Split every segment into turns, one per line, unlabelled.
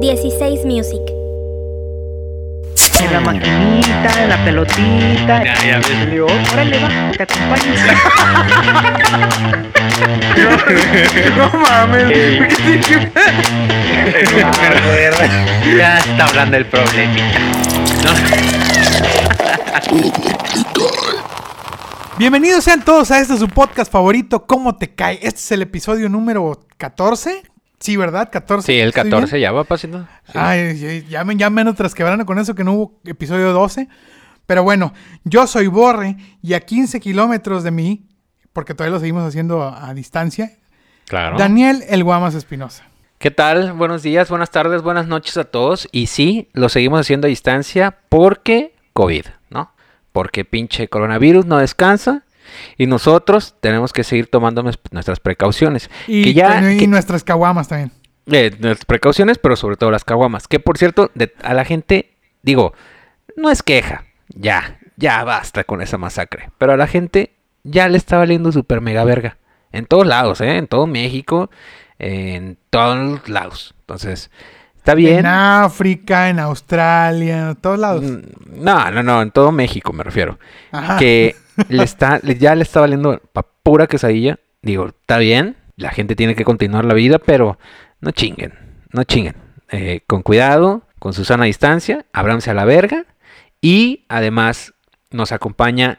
16 Music.
En la maquinita, en la pelotita.
Ya, ya ves.
Le digo, órale, va, te acompaño. no, no mames.
Ya está hablando el problemita.
Bienvenidos sean todos a este su podcast favorito, ¿Cómo te cae? Este es el episodio número 14. Sí, ¿verdad? 14.
Sí, el
¿Estoy
14
bien?
ya va pasando. Sí.
Ay, ya- ya, me- ya menos trasquebrando con eso que no hubo episodio 12. Pero bueno, yo soy Borre y a 15 kilómetros de mí, porque todavía lo seguimos haciendo a, a distancia,
claro.
Daniel El Guamas Espinosa.
¿Qué tal? Buenos días, buenas tardes, buenas noches a todos. Y sí, lo seguimos haciendo a distancia porque COVID, ¿no? Porque pinche coronavirus no descansa y nosotros tenemos que seguir tomando mes- nuestras precauciones.
Y,
que ya,
y
que-
nuestras caguamas también.
eh, nuestras precauciones, pero sobre todo las caguamas. Que por cierto, de- a la gente, digo, no es queja. Ya, ya basta con esa masacre. Pero a la gente ya le está valiendo super mega verga. En todos lados, ¿eh? En todo México, en todos lados. Entonces, está bien.
En África, en Australia, en todos lados.
Mm, No, no, no, en todo México me refiero.
Ajá.
Que le está, le- ya le está valiendo pa' pura quesadilla. Digo, está bien, la gente tiene que continuar la vida, pero no chinguen, no chinguen. Eh, con cuidado, con su sana distancia, abrámse a la verga. Y además nos acompaña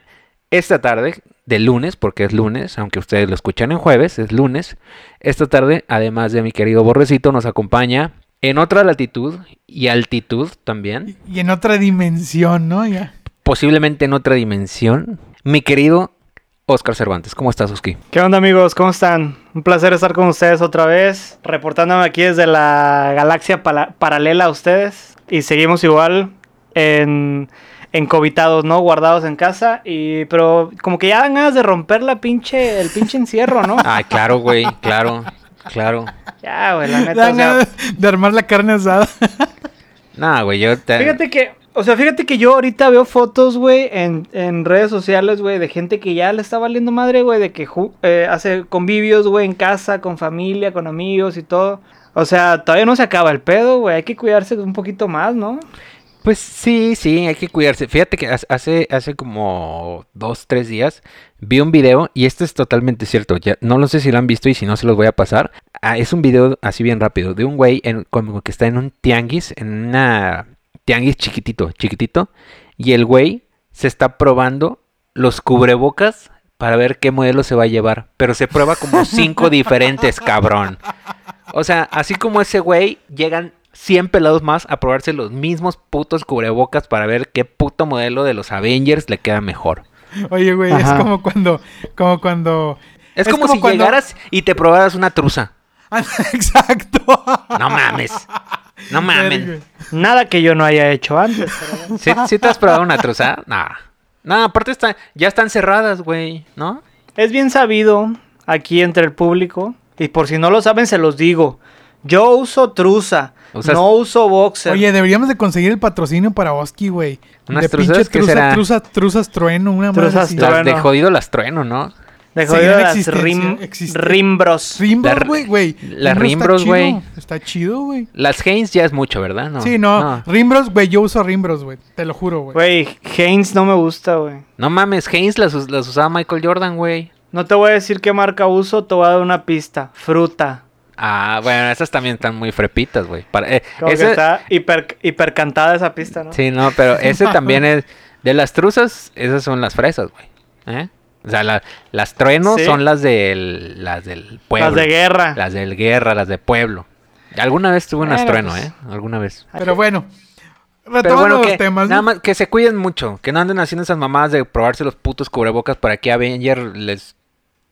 esta tarde de lunes, porque es lunes, aunque ustedes lo escuchan en jueves, es lunes. Esta tarde, además de mi querido Borrecito, nos acompaña en otra latitud y altitud también
Y- Y en otra dimensión, ¿no? Ya.
posiblemente en otra dimensión, mi querido Oscar Cervantes. ¿Cómo estás, Oski?
¿Qué onda amigos? ¿Cómo están? Un placer estar con ustedes otra vez, reportándome aquí desde la galaxia pala- paralela a ustedes y seguimos igual en encovitados, ¿no? Guardados en casa y pero como que ya dan ganas de romper la pinche el pinche encierro, ¿no?
Ay, claro, güey, claro, claro.
Ya, güey, la neta, o
Dan
sea,
ganas de armar la carne asada.
Nah, güey, yo te...
Fíjate que, o sea, fíjate que yo ahorita veo fotos, güey, en, en redes sociales, güey, de gente que ya le está valiendo madre, güey, de que ju- eh, hace convivios, güey, en casa, con familia, con amigos y todo. O sea, todavía no se acaba el pedo, güey, hay que cuidarse un poquito más, ¿no?
Pues sí, sí, hay que cuidarse. Fíjate que hace- hace, hace como dos, tres días vi un video y esto es totalmente cierto. Ya, no lo sé si lo han visto y si no se los voy a pasar. Ah, es un video así bien rápido de un güey en- como que está en un tianguis, en una tianguis chiquitito, chiquitito. Y el güey se está probando los cubrebocas para ver qué modelo se va a llevar. Pero se prueba como cinco diferentes, cabrón. O sea, así como ese güey, llegan 100 pelados más a probarse los mismos putos cubrebocas para ver qué puto modelo de los Avengers le queda mejor.
Oye, güey,
Ajá.
es como cuando, como cuando.
Es,
Es
como,
como
si
cuando-
llegaras y te probaras una truza.
Ah, Exacto.
No mames. No mames.
Nada que yo no haya hecho antes. pero bueno.
¿Sí, sí te has probado una truza? No. No, aparte está, ya están cerradas, güey, ¿no?
Es bien sabido aquí entre el público, y por si no lo saben, se los digo. Yo uso truza,
Usas-
no uso boxer.
Oye, deberíamos de conseguir el patrocinio para Oski, güey.
¿Unas
de
truzas? ¿Qué
truza,
será?
truza, truzas trueno, una madre
Truzas
así.
trueno.
Las de jodido las trueno, ¿no?
Dejó de
seguirá
ver
en
las
existencia,
rim-
existe.
rimbros.
Rimbros,
La-
güey, güey.
la
está
Rimbros,
chido,
güey.
Está chido, güey.
Las Heinz ya es mucho, ¿verdad? No,
sí, no. Rimbros, güey, yo uso Rimbros, güey. Te lo juro, güey.
Güey, Haynes no me gusta, güey.
No mames, Heinz las, us- las usaba Michael Jordan, güey.
No te voy a decir qué marca uso, te voy a dar una pista. Fruta.
Ah, bueno, esas también están muy frepitas, güey. Para- eh,
Como
ese-
que está hiper, hipercantada esa pista, ¿no?
Sí, no, pero ese también es... De las truzas, esas son las fresas, güey. ¿Eh? O sea, la- las truenos
Sí.
son las del, las del pueblo.
Las de guerra.
Las del guerra, las de pueblo. Alguna vez tuve unas
Bueno,
trueno,
pues.
¿eh? Alguna vez.
Pero bueno. Retomando
Pero bueno,
los
que,
temas.
nada
¿no?
más que se cuiden mucho. Que no anden haciendo esas mamadas de probarse los putos cubrebocas para que Avenger les,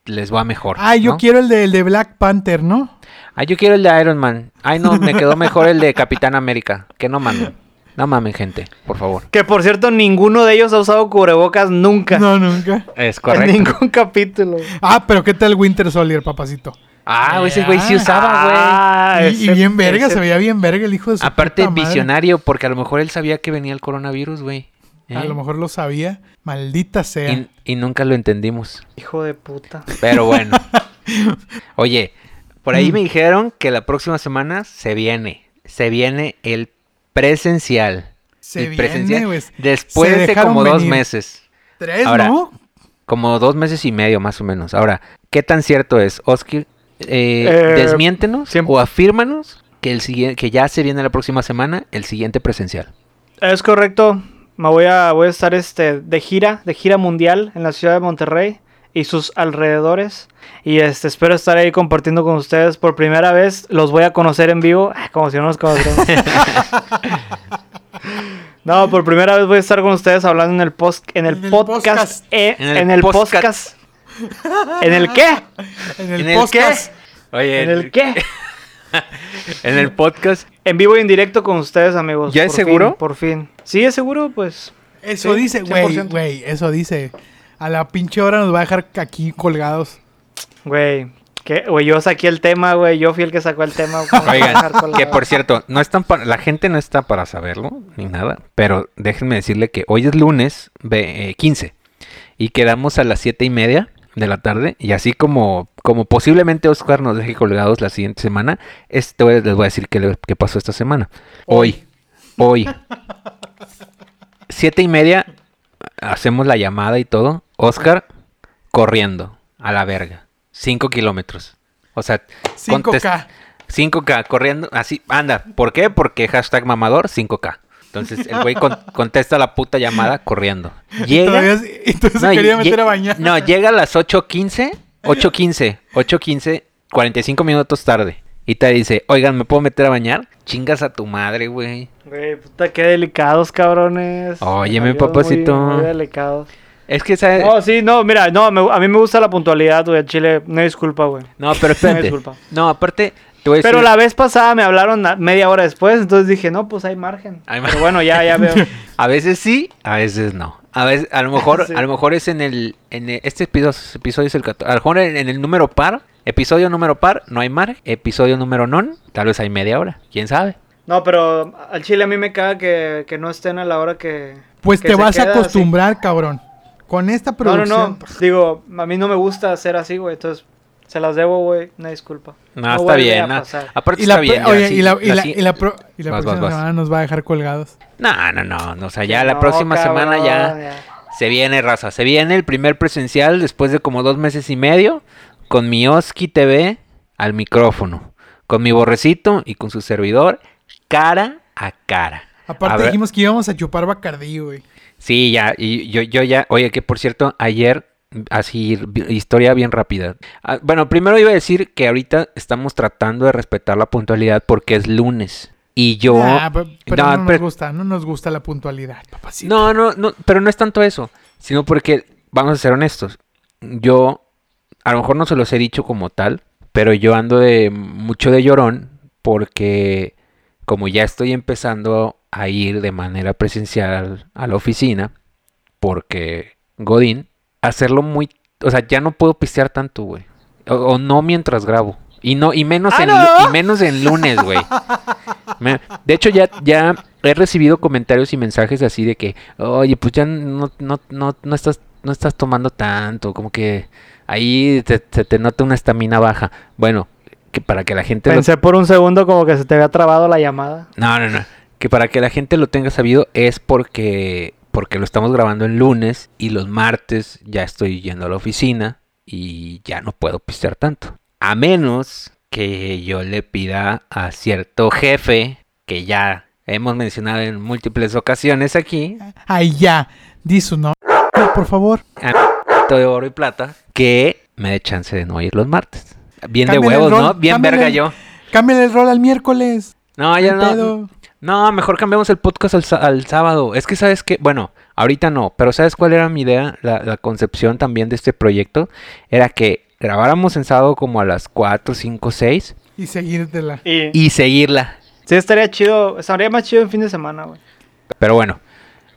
les va mejor.
Ay, Ah, yo
¿no?
quiero el de, el de Black Panther, ¿no?
Ay, yo quiero el de Iron Man. Ay, no, me quedó mejor el de Capitán América. Que no mamen. No mamen, gente, por favor.
Que por cierto, ninguno de ellos ha usado cubrebocas nunca.
No, nunca.
Es
en
correcto.
ningún capítulo.
Ah, pero ¿qué tal Winter Soldier, papacito?
Ah, ese güey sí
Ah.
usaba, güey.
Ah,
Y, y
ese-
bien verga,
ese-
se veía bien verga el hijo de su
Aparte,
puta madre.
visionario, porque a lo mejor él sabía que venía el coronavirus, güey. ¿Eh?
A lo mejor lo sabía. Maldita sea.
Y, y nunca lo entendimos.
Hijo de puta.
Pero
Mm.
bueno. Oye, por ahí me dijeron que la próxima semana se viene se viene el presencial.
Se
El
viene,
presencial
güey.
Después
Se
de
dejaron
como dos
venir.
meses.
Tres,
Ahora,
¿no?
Como dos meses y medio, más o menos. Ahora, ¿qué tan cierto es, Oski? Eh,
Eh,
desmiéntenos
siempre-
o afírmanos que, el siguiente, que ya se viene la próxima semana el siguiente presencial.
Es correcto. Me voy a, voy a estar este, de gira, de gira mundial en la ciudad de Monterrey y sus alrededores. Y este, espero estar ahí compartiendo con ustedes por primera vez. Los voy a conocer en vivo, Ah, como si no nos conociéramos. no, por primera vez voy a estar con ustedes hablando en el, post, en el,
En el
podcast.
podcast.
eh, en el, podcast. ¿En el qué?
En el,
¿En el qué?
podcast.
Oye,
¿En el qué?
en el podcast.
En vivo y en directo con ustedes, amigos.
¿Ya es
Por fin,
seguro?
por fin. Sí, es seguro, pues.
Eso
Sí,
dice, güey,
100%.
güey, eso dice. A la pinche hora nos va a dejar aquí colgados.
Güey, que, güey, yo saqué el tema, güey, yo fui el que sacó el tema. güey.
Oigan,
Dejar colgado.
que por cierto, no están pa- la gente no está para saberlo ni nada, pero déjenme decirle que hoy es lunes ve- eh, 15 y quedamos a las 7 y media de la tarde y así como, como posiblemente Oscar nos deje colgados la siguiente semana, esto es- les voy a decir qué, le- qué pasó esta semana. Hoy, hoy, 7 y media, hacemos la llamada y todo, Oscar corriendo a la verga, 5 kilómetros. O sea,
5K.
contest- 5K corriendo, así, anda. ¿Por qué? Porque hashtag mamador 5K. Entonces el güey con- contesta la puta llamada corriendo.
Todavía
Llega.
es- entonces
no,
se quería
lle-
meter a bañar.
no, llega a las 8.15, 8.15, 8.15, 45 minutos tarde. Y te dice, oigan, ¿me puedo meter a bañar? Chingas a tu madre, güey.
Güey, puta, qué delicados, cabrones.
Oye, mi
Adiós,
papacito. Eh.
Muy, muy delicados.
Es que, ¿sabes?
No, sí, no, mira, no, me- a mí me gusta la puntualidad, güey, al Chile, no disculpa, güey.
No, pero espérate.
disculpa.
No, aparte, te voy a
Pero
decir-
la vez pasada me hablaron a- media hora después, entonces dije, no, pues hay margen.
Hay mar-
Pero bueno, ya, ya veo.
A veces sí, a veces no. A veces, a lo mejor,
Sí.
a lo mejor es en el, en el- este episodio, episodio es el 14, a lo mejor en, en el número par, episodio número par, no hay mar, episodio número non, tal vez hay media hora, quién sabe.
No, pero al Chile a mí me caga que, que no estén a la hora que.
Pues
que
te
se
vas a
queda así.
acostumbrar, cabrón. Con esta
No, no,
producción.
no. Digo, a mí no me gusta hacer así, güey. Entonces, se las debo, güey. Una disculpa.
No, está
vuelve
bien,
a
no. Ah, pues,
pasar.
aparte
Y la,
está bien.
pro-
ya,
oye,
sí,
y la, y la-
sí.
y la pro- y la
Vas, vas,
próxima
vas.
semana nos va a dejar colgados.
No, no, no, no, o sea, ya la
No,
próxima
cabrón,
semana ya se viene raza, se viene el primer presencial después de como dos meses y medio con mi Oski TV al micrófono, con mi borrecito y con su servidor cara a cara. A
Aparte
ver-
dijimos que íbamos a chupar Bacardí, güey.
Sí, ya, y yo, yo ya, oye, que por cierto, ayer, así, bi- historia bien rápida. Ah, Bueno, primero iba a decir que ahorita estamos tratando de respetar la puntualidad porque es lunes. Y yo...
Nah, pe- pero
No,
no, nos
pero-
gusta, no nos gusta la puntualidad, papacito.
No, no, no, pero no es tanto eso, sino porque, vamos a ser honestos, yo, a lo mejor no se los he dicho como tal, pero yo ando de mucho de llorón porque como ya estoy empezando a ir de manera presencial a la oficina, porque Godín, hacerlo muy, o sea, ya no puedo pistear tanto, güey, o, o no mientras grabo. Y no, y menos
¡Ah,
en
no!
lu- y menos en lunes, güey. Me- De hecho, ya, ya he recibido comentarios y mensajes así de que, oye, pues ya no, no, no, no estás, no estás tomando tanto, como que ahí te- se te nota una estamina baja. Bueno, que para que la gente lo-
Pensé por un segundo como que se te había trabado la llamada.
No, no, no. Que para que la gente lo tenga sabido es porque, porque lo estamos grabando el lunes y los martes ya estoy yendo a la oficina y ya no puedo pistear tanto. A menos que yo le pida a cierto jefe que ya hemos mencionado en múltiples ocasiones aquí,
Ay, ya. Di su nombre, por favor.
a de oro y plata, que me dé chance de no ir los martes. Bien de
Cámbiale el
huevos,
rol,
¿no? Bien
cámbiale
verga
el-
yo.
Cámbiale el rol al miércoles.
No, Ah, ya
Al
no.
pedo.
No, mejor cambiamos el podcast al, sa- al sábado. Es que sabes que, bueno, ahorita no, pero ¿sabes cuál era mi idea? La, la concepción también de este proyecto era que grabáramos en sábado como a las 4, 5, 6
Y seguírtela.
Y
y seguirla.
sí, estaría chido. Estaría más chido en fin de semana, güey.
Pero bueno,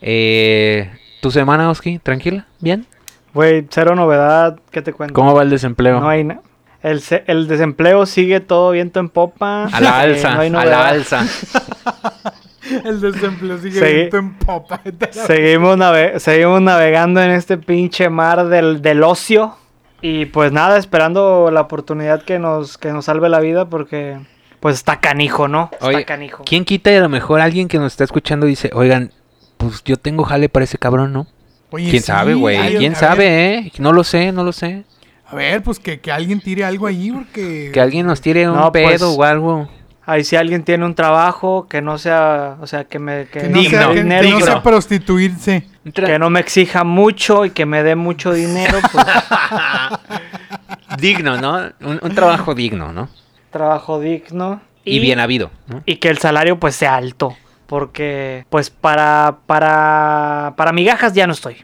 eh, ¿tu semana, Oski? ¿Tranquila? ¿Bien?
Güey, cero novedad. ¿Qué te cuento?
¿Cómo va el desempleo?
No hay nada. El, se- el desempleo sigue todo viento en popa.
A la
Eh,
alza,
no hay
a
novedad.
la alza.
El desempleo sigue
Sí.
viento en popa.
Seguimos, nave- seguimos navegando en este pinche mar del, del ocio. Y pues nada, esperando la oportunidad que nos, que nos salve la vida porque pues está canijo, ¿no? Está
Oye,
canijo.
¿Quién quita y a lo mejor alguien que nos está escuchando dice, oigan, pues yo tengo jale para ese cabrón, ¿no?
Oye,
¿Quién
sí,
sabe, güey?
alguien-
¿Quién
a ver,
sabe, eh? No lo sé, no lo sé.
a ver, pues que, que alguien tire algo ahí porque...
Que alguien nos tire un
No, pues,
pedo o algo.
Ahí si alguien tiene un trabajo que no sea, o sea, que me que
que no sea-
Digno.
que- que
dinero,
no sea prostituirse.
que no me exija mucho y que me dé mucho dinero, pues
Digno, ¿no? Un, un trabajo digno, ¿no?
trabajo digno
Y, bien habido, ¿no?
y que el salario pues sea alto, porque pues para para para migajas ya no estoy.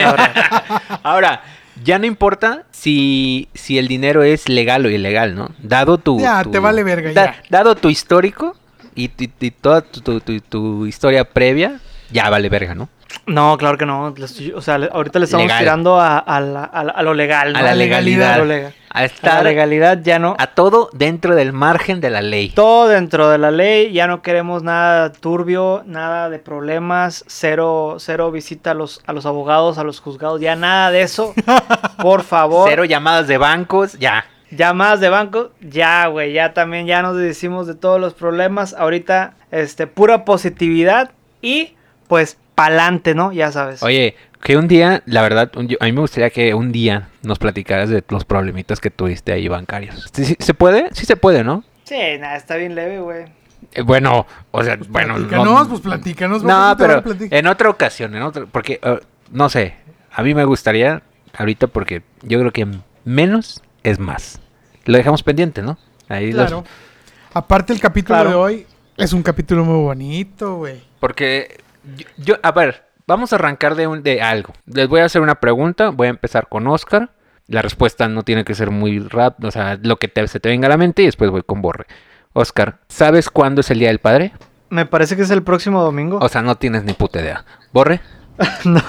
la verdad.
Ahora, ya no importa si, si el dinero es legal o ilegal, ¿no? Dado tu...
Ya,
tu-
te vale verga, ya.
Dado tu histórico y, tu- y toda tu, tu- tu- tu historia previa, ya vale verga, ¿no?
No, claro que no. le estoy- o sea, le- ahorita le estamos
Legal.
tirando a, a la- a la- a lo legal. ¿no?
A la legalidad.
A, lo legal.
A
A la
estar
legalidad ya no.
a todo dentro del margen de la ley.
Todo dentro de la ley. Ya no queremos nada turbio, nada de problemas. Cero, cero visita a los, a los abogados, a los juzgados. Ya nada de eso. Por favor.
Cero llamadas de bancos, ya.
Llamadas de banco, ya, güey, ya también, ya nos decimos de todos los problemas. Ahorita, este, pura positividad y, pues, pa'lante, ¿no? Ya sabes.
Oye, que un día, la verdad, un- yo- a mí me gustaría que un día nos platicaras de los problemitas que tuviste ahí bancarios. ¿Sí- sí- ¿Se puede? Sí se puede, ¿no?
Sí, nada, está bien leve, güey.
Eh, bueno, o sea, bueno.
platícanos, pues platícanos.
No,
vamos, te van
pero eh,
a platicar.
en otra ocasión, en otra, porque, eh, no sé, a mí me gustaría ahorita porque yo creo que menos es más. Lo dejamos pendiente, ¿no? Ahí los-
Claro. Aparte el capítulo
Claro.
de hoy es un capítulo muy bonito, güey.
Porque yo, yo- a ver, vamos a arrancar de, un, de algo. Les voy a hacer una pregunta, voy a empezar con Oscar. La respuesta no tiene que ser muy rápida, o sea, lo que te- se te venga a la mente y después voy con Borre. Oscar, ¿sabes cuándo es el Día del Padre?
Me parece que es el próximo domingo.
O sea, no tienes ni puta idea. Borre,
no.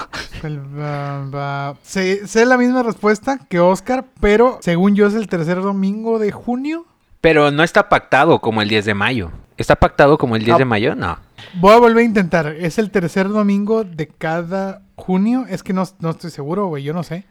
El ba- ba- Sé, sé la misma respuesta que Oscar, pero según yo es el tercer domingo de junio.
pero no está pactado como el 10 de mayo. ¿Está pactado como el 10
Ah.
de mayo? No.
Voy a volver a intentar. Es el tercer domingo de cada junio. Es que no, no estoy seguro, güey. Yo no sé.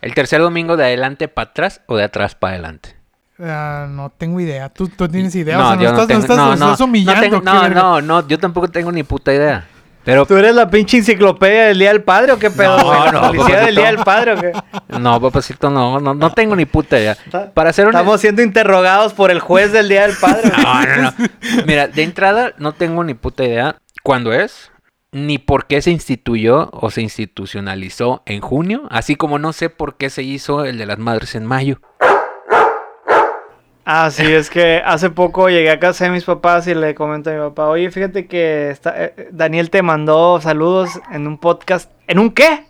¿El tercer domingo de adelante para atrás o de atrás para adelante?
Ah, no tengo idea. ¿Tú, tú tienes idea?
No,
o sea, no
yo
estás, no
tengo-
estás,
no,
nos
no,
estás
no
humillando.
tengo-
qué
No,
verga.
no, no, yo tampoco tengo ni puta idea. Pero
¿Tú eres la pinche enciclopedia del Día del Padre o qué pedo?
No,
güey? ¿La
no,
policía
papacito.
del Día del Padre o qué?
No, papacito, no, no, no tengo ni puta idea. Para ser honesto.
Estamos siendo interrogados por el juez del Día del Padre. güey.
No, no, no. Mira, de entrada no tengo ni puta idea cuándo es, ni por qué se instituyó o se institucionalizó en junio, así como no sé por qué se hizo el de las madres en mayo.
Ah, sí, es que hace poco llegué a casa de mis papás y le comento a mi papá, oye, fíjate que está- eh, eh, Daniel te mandó saludos en un podcast. ¿En un qué?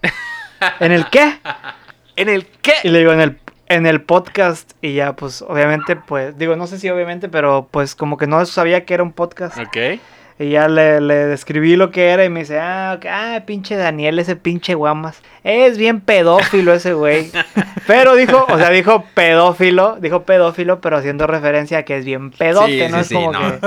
¿En el qué?
¿En el
Y
qué?
le digo, en el, en el podcast. Y ya, pues, obviamente, pues, digo, no sé si obviamente, pero pues como que no sabía que era un podcast.
Ok.
Y ya le, le describí lo que era y me dice, ah, ok, ah, pinche Daniel, ese pinche guamas. Es bien pedófilo ese güey. pero dijo, o sea, dijo pedófilo, dijo pedófilo, pero haciendo referencia a que es bien pedote,
Sí,
¿no?
sí,
es
sí,
como
no.
que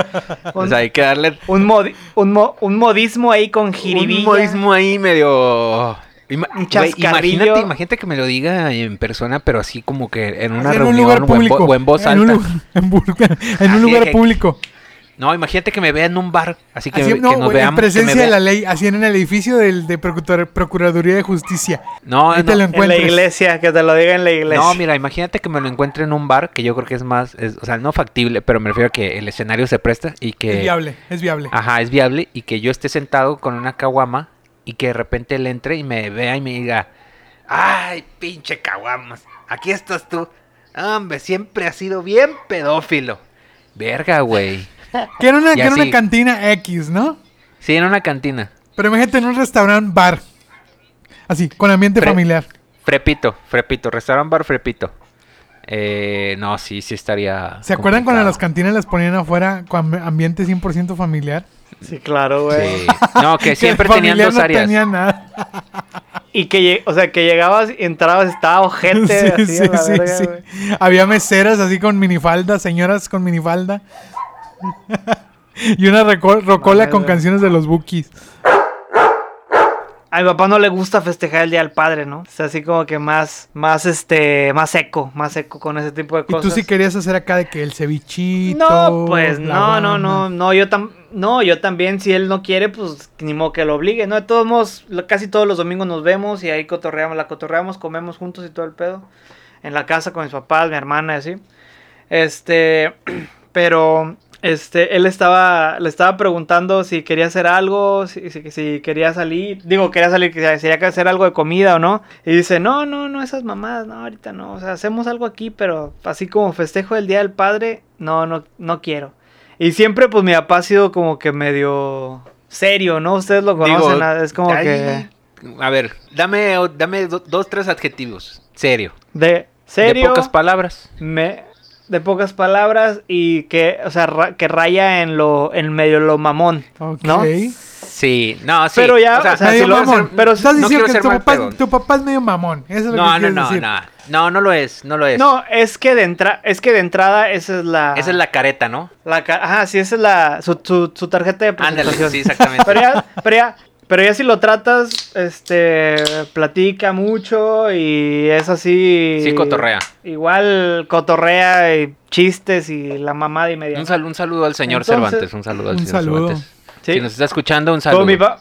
un,
O sea, hay que darle
un modi- un mo- un modismo ahí con jiribilla.
un modismo ahí medio... Ima-
Un
güey,
chascarrillo.
imagínate, imagínate que me lo diga en persona, pero así como que en una
en
reunión
un lugar
o, en vo-
público.
o en voz
En un,
alta.
lu- en bu- en un
Así de
lugar
que-
público.
No, imagínate que me vea en un bar, así que,
Así,
que
no,
nos
güey, en
veamos. que me
presencia de
vea-
la ley, así en el edificio del, de Procurador- Procuraduría de Justicia.
No,
Ahí te
no,
lo
En la
encuentres.
iglesia, que te lo diga en la iglesia.
No, mira, imagínate que me lo encuentre en un bar, que yo creo que es más, es- o sea, no factible, pero me refiero a que el escenario se presta y
Es
que...
viable, es viable.
Ajá, es viable y que yo esté sentado con una caguama y que de repente él entre y me vea y me diga, ay, pinche caguamas, aquí estás tú. Hombre, siempre has sido bien pedófilo. Verga, güey.
Que era una,
Y
que era
así.
una cantina X, ¿no?
Sí, en una cantina.
Pero imagínate en un restaurante bar. Así, con ambiente
Pre-
familiar.
Frepito, Frepito, restaurant bar Frepito. Eh, no, sí, sí estaría...
¿Se acuerdan cuando las
complicado.
cantinas las ponían afuera con am- ambiente 100% familiar?
Sí, claro, güey.
Sí. No, que
el
siempre tenían
familiar
dos
no
áreas.
tenía nada.
Y que, lleg- o sea, que llegabas y entrabas, estaba ojete,
Sí,
así, a
sí,
la
sí,
verga,
sí.
güey.
Había meseras así con minifalda, señoras con minifalda. y una reco- rocola
Mames,
con
güey.
canciones de los Bookies.
A mi papá no le gusta festejar el Día del Padre, ¿no? Es así como que más, más, este, más seco, más seco con ese tipo de
Y
cosas.
tú sí querías hacer acá de que el cevichito.
No, pues
la
no, no, no,
banda.
no, yo tam no, yo también, si él no quiere, pues ni modo que lo obligue, ¿no? De todos modos, lo- casi todos los domingos nos vemos y ahí cotorreamos, la cotorreamos, comemos juntos y todo el pedo. En la casa con mis papás, mi hermana y así. Este, pero, este, él estaba, le estaba preguntando si quería hacer algo, si, si- si quería salir, digo, quería salir, que si quería hacer algo de comida o no. Y dice, no, no, no, esas mamadas, no, ahorita no, o sea, hacemos algo aquí, pero así como festejo del Día del Padre, no, no, no quiero. Y siempre, pues, mi papá ha sido como que medio serio, ¿no? Ustedes lo
Digo,
conocen, ah, es como
ay,
que...
A ver, dame, dame do- dos, tres adjetivos. Serio.
De serio...
De pocas palabras.
Me, de pocas palabras y que, o sea, ra- que raya en lo, en medio lo mamón,
Ok.
¿no?
Sí, no, sí.
Pero ya, o sea,
Medio
si lo-
mamón.
pero
Estás
no
diciendo
quiero
que
ser
tu
mal
papá,
pedo.
tu papá es medio mamón. Eso es lo
no,
que
no,
quieres
no,
decir.
no, no, no lo es, no lo es.
No, es que de entra, es que de entrada esa es la
Esa es la careta, ¿no?
la ca- ajá, sí, esa es la su, su, su tarjeta de presentación.
Ándale, sí, exactamente.
Pero ya, pero ya, pero ya si lo tratas, este, platica mucho y es así.
Sí, cotorrea.
Igual cotorrea y chistes y la mamada y media.
Un, sal- un saludo al señor
Entonces-
Cervantes, un saludo al
Un
señor
saludo.
Cervantes.
Sí.
Si nos está escuchando, un
Todo
saludo.
mi pa-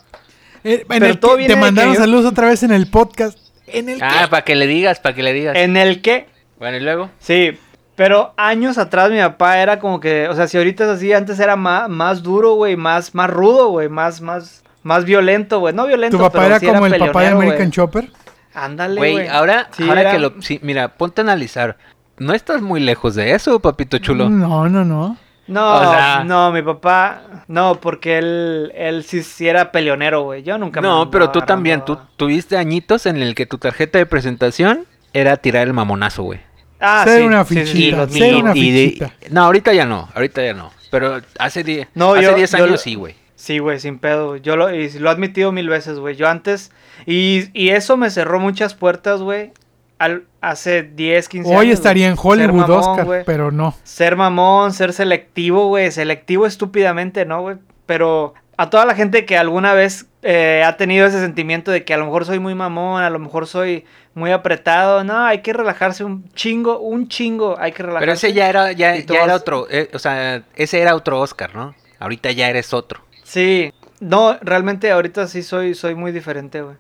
Eh, en
Pero
el
todo
que te
viene de que
mandaron
yo-
saludos otra vez en el podcast. En el
Ah,
que-
para que le digas, para que le digas.
en el que
Bueno, y luego.
Sí, pero años atrás mi papá era como que, o sea, si ahorita es así, antes era más, más duro, güey, más, más rudo, güey, más, más, más violento, güey. No violento,
tu papá
pero
era
sí
como el papá de
peleonero,
American
güey.
Chopper.
Ándale, güey.
Güey, ahora,
Sí,
ahora
era-
que lo. sí, mira, ponte a analizar. No estás muy lejos de eso, papito chulo.
No, no, no.
No,
o sea-
no, mi papá, no, porque él, él sí, sí era peleonero, güey. Yo nunca me
No,
andaba
pero tú también, tú
agarrando a-
tuviste añitos en el que tu tarjeta de presentación era tirar el mamonazo, güey.
Ah,
Ser
sí,
una
sí, sí, sí,
fichita,
lo-
ser
sí,
una-
lo-
fichita.
no, ahorita ya no, ahorita ya no. Pero hace 10
No,
hace
yo-
10
yo
años
lo-
sí, güey.
Sí, güey, sin pedo. güey. Yo lo, y lo he admitido mil veces, güey. Yo antes. Y, y eso me cerró muchas puertas, güey. al- Hace 10, 15 años.
Hoy
güey.
estaría en
Ser
Hollywood
mamón,
Oscar,
güey.
pero no.
Ser mamón, ser selectivo, güey. Selectivo estúpidamente, ¿no, güey? Pero a toda la gente que alguna vez eh, ha tenido ese sentimiento de que a lo mejor soy muy mamón, a lo mejor soy muy apretado. No, hay que relajarse un chingo, un chingo. Hay que relajarse.
Pero ese ya era, ya,
Y tú
ya era
vas-
otro, eh, o sea, ese era otro Oscar, ¿no? Ahorita ya eres otro.
Sí, no, realmente ahorita sí soy, soy muy diferente, güey,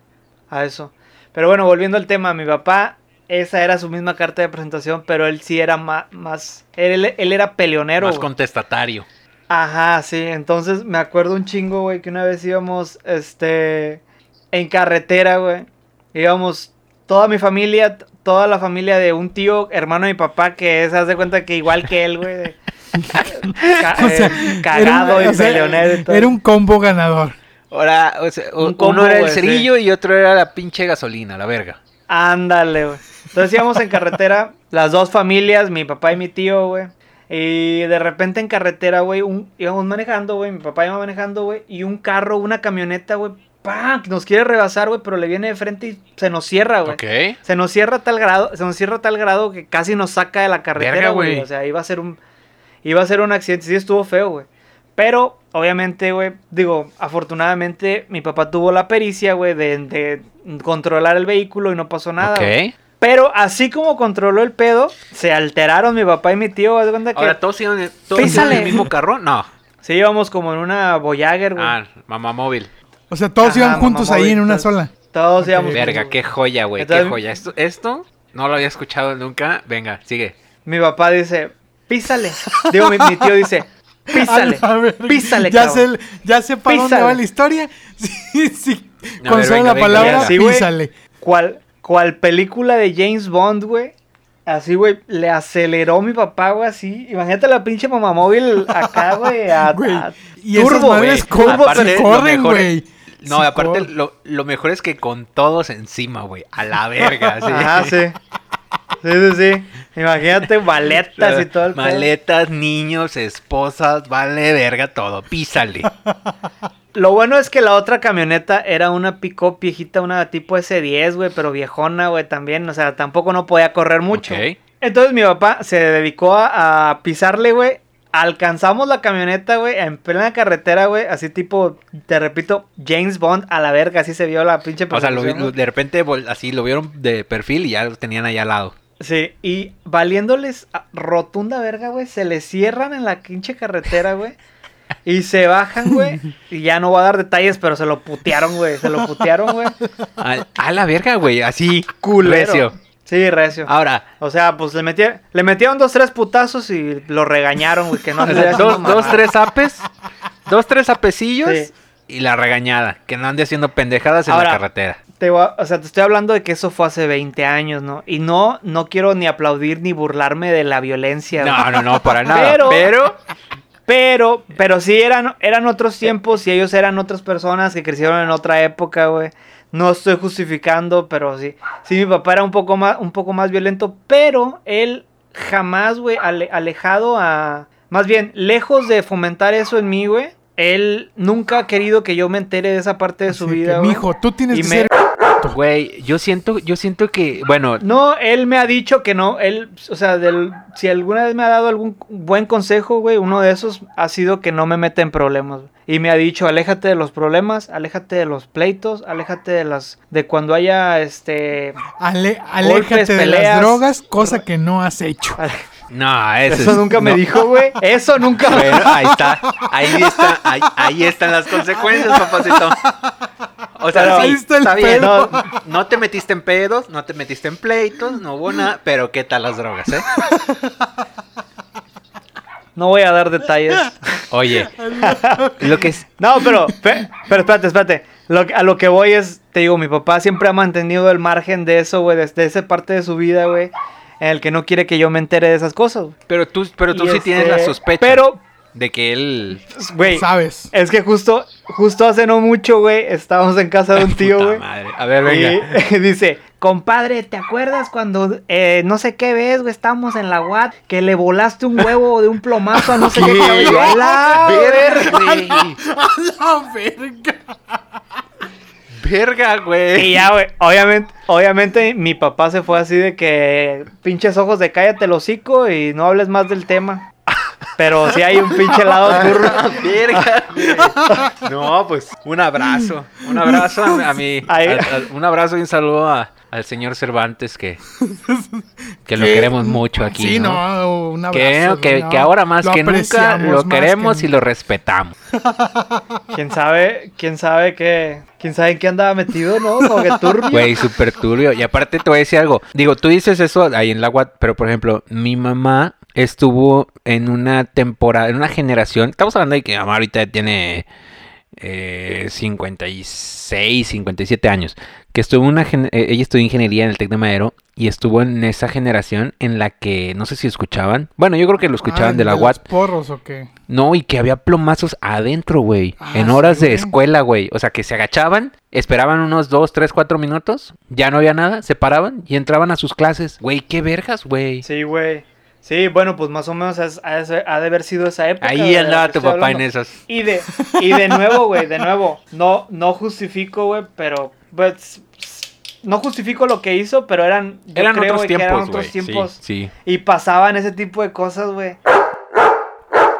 a eso. Pero bueno, volviendo al tema, mi papá, esa era su misma carta de presentación, pero él sí era ma- más, él, él era peleonero,
más
güey.
contestatario.
Ajá, sí, entonces me acuerdo un chingo, güey, que una vez íbamos, este, en carretera, güey, íbamos toda mi familia, t- toda la familia de un tío, hermano de mi papá, que es, haz de cuenta que igual que él, güey, de- ca-
O sea,
eh,
era
cagado
un,
y
o sea,
peleonero y todo.
Era un combo ganador.
Ahora, o sea,
Un
uno
combo,
era el
güey, sí.
cerillo y otro era la pinche gasolina, la verga.
Ándale, güey. Entonces íbamos en carretera, las dos familias, mi papá y mi tío, güey. Y de repente en carretera, güey, un- íbamos manejando, güey, mi papá iba manejando, güey, y un carro, una camioneta, güey, ¡pam! Nos quiere rebasar, güey, pero le viene de frente y se nos cierra, güey.
Ok.
Se nos cierra a tal grado, se nos cierra a tal grado que casi nos saca de la
Verga,
carretera,
güey.
güey. O sea, iba a ser un iba a ser un accidente, sí estuvo feo, güey. Pero obviamente, güey, digo, afortunadamente mi papá tuvo la pericia, güey, de, de controlar el vehículo y no pasó nada. güey.
ok.
Pero así como controló el pedo, se alteraron mi papá y mi tío, haz de cuenta que
Ahora, ¿todos iban en, todos iban
Písale.
en el mismo carro? No.
sí íbamos como en una Voyager, güey.
Ah, mamá móvil.
O sea, todos
Ajá,
iban juntos
mamá,
ahí en
ahorita.
una sola.
Todos
Ok.
íbamos
Verga,
como-
qué joya, güey, qué
Entonces-
joya. Esto, esto no lo había escuchado nunca. Venga, sigue.
Mi papá dice, "Písale." Digo, mi, mi tío dice, "Písale."
A la verga.
Písale,
ya
cabrón.
sé, ya sé para
Písale.
dónde va la historia. Sí, sí.
A
Con
ver,
solo
venga,
la
venga,
palabra,
venga.
Sí, güey.
písale.
cual, cual película de James Bond, güey. Así, güey, le aceleró mi papá, güey, así. Imagínate la pinche mamamóvil acá, güey, a,
Güey,
a
y esas
turbo,
madres
güey.
güey.
cor-
Aparte,
se
lo
corren,
mejor-
güey.
No,
Se
aparte,
corren.
lo, lo mejor es que con todos encima, güey. A la verga, sí.
Ajá, sí. Sí, sí, sí. Imagínate baletas y todo el pedo.
Maletas, niños, esposas, vale verga todo. Písale.
Lo bueno es que la otra camioneta era una pick-up viejita, una tipo S10, güey, pero viejona, güey, también. O sea, tampoco no podía correr mucho.
Ok.
Entonces mi papá se dedicó a, a pisarle, güey, Alcanzamos la camioneta, güey, en plena carretera, güey, así tipo, te repito, James Bond a la verga, así se vio la pinche
O sea, lo vi-
persecución,
lo- de repente vol- así lo vieron de perfil y ya lo tenían ahí al lado.
Sí, y valiéndoles a- rotunda verga, güey, se les cierran en la pinche carretera, güey. Y se bajan, güey. Y ya no voy a dar detalles, pero se lo putearon, güey. Se lo putearon, güey.
Al- A, la verga, güey, así.
Culero.
recio. Ah.
Sí, recio.
Ahora,
O sea, pues le metieron, le metieron dos, tres putazos y lo regañaron, güey. Que no
o sea,
anduviera haciendo
dos, dos,
mamadas.
tres apes, dos, tres apecillos
Sí.
y la regañada, que no ande haciendo pendejadas en
Ahora,
la carretera.
Te voy a- o sea, te estoy hablando de que eso fue hace 20 años, ¿no? Y no, no quiero ni aplaudir ni burlarme de la violencia, güey.
No, no, no, para nada.
Pero-
Pero,
Pero, pero sí eran, eran otros tiempos y ellos eran otras personas que crecieron en otra época, güey. No estoy justificando, pero sí. Sí, mi papá era un poco más, un poco más violento, pero él jamás, güey, ale- alejado a... Más bien, lejos de fomentar eso en mí, güey. Él nunca ha querido que yo me entere de esa parte de su
Así que,
vida, güey.
Mijo, tú tienes
Y
que
me-
ser.
güey, yo siento, yo siento que, bueno,
No, él me ha dicho que no, él, o sea, del, si alguna vez me ha dado algún buen consejo, güey, uno de esos ha sido que no me meta en problemas. güey. Y me ha dicho, aléjate de los problemas, aléjate de los pleitos, aléjate de las, de cuando haya, este,
ale- aléjate de
peleas.
las drogas, cosa que no has hecho.
no, eso,
eso
es-
nunca me
no.
dijo, güey, eso nunca me
Bueno, ahí está, ahí está, ahí, ahí están las consecuencias, papacito. O sea,
Pero
sí,
ahí
está el
está bien,
pedo.
no, no te metiste en pedos, no te metiste en pleitos, no hubo nada, pero ¿qué tal las drogas, eh?
no voy a dar detalles.
Oye, lo que es...
No, pero, pe- pero espérate, espérate. Lo que- a lo que voy es, te digo, mi papá siempre ha mantenido el margen de eso, güey, desde esa parte de su vida, güey, en el que no quiere que yo me entere de esas cosas. güey.
Pero tú, pero tú
Y
sí tienes
este,
la sospecha
Pero,
de que él...
güey,
Sabes.
es que justo, justo hace no mucho, güey, estábamos en casa de un tío,
Puta
güey.
madre. A ver, venga.
Y dice, compadre, ¿te acuerdas cuando eh, no sé qué ves, güey? Estábamos en la UAT, que le volaste un huevo de un plomazo a no sé qué. cabrón?" A la
Verga, güey.
¡A la verga!
Verga, güey.
Y ya, güey, obviamente, obviamente mi papá se fue así de que pinches ojos de cállate el hocico y no hables más del tema. Pero sí hay un pinche lado oscuro.
Verga, güey. No, pues un abrazo. Un abrazo a, a mi.
Ay.
a- a- un abrazo y un saludo a- al señor Cervantes que. Que lo
¿Qué?
queremos mucho aquí.
Sí, no,
¿no?
un
Que,
abrazo.
que-
no.
que ahora más
Lo
que nunca
apreciamos
lo
más
queremos
que
y lo respetamos.
Quién sabe, quién sabe qué, quién sabe en qué andaba metido, ¿no? Como que turbio.
Güey, súper turbio. Y aparte te voy a decir algo. Digo, tú dices eso ahí en la UAT, pero por ejemplo, mi mamá estuvo en una temporada, en una generación. Estamos hablando de que mi mamá ahorita tiene eh, 56, 57 años. Que estuvo en una gen- eh, ella estudió ingeniería en el Tec de Madero y estuvo en esa generación en la que no sé si escuchaban. Bueno, yo creo que lo escuchaban
Ah,
de la
los
UAT.
porros o qué?
No, y que había plomazos adentro, güey.
Ah,
en
sí,
horas de
güey.
escuela, güey. O sea, que se agachaban, esperaban unos 2, 3, 4 minutos, ya no había nada, se paraban y entraban a sus clases. Güey, qué vergas, güey.
Sí, güey. Sí, bueno, pues más o menos es- ha, de ser- ha de haber sido esa época.
Ahí
güey, de la
andaba
que
tu
estoy
papá
hablando.
en esas.
Y de, y de nuevo, güey, de nuevo. No, no justifico, güey, pero. pues, no justifico lo que hizo, pero eran. yo
Eran
creo,
otros
güey, que
tiempos,
eran
güey.
otros
Sí,
tiempos.
Sí,
Y pasaban ese tipo de cosas, güey.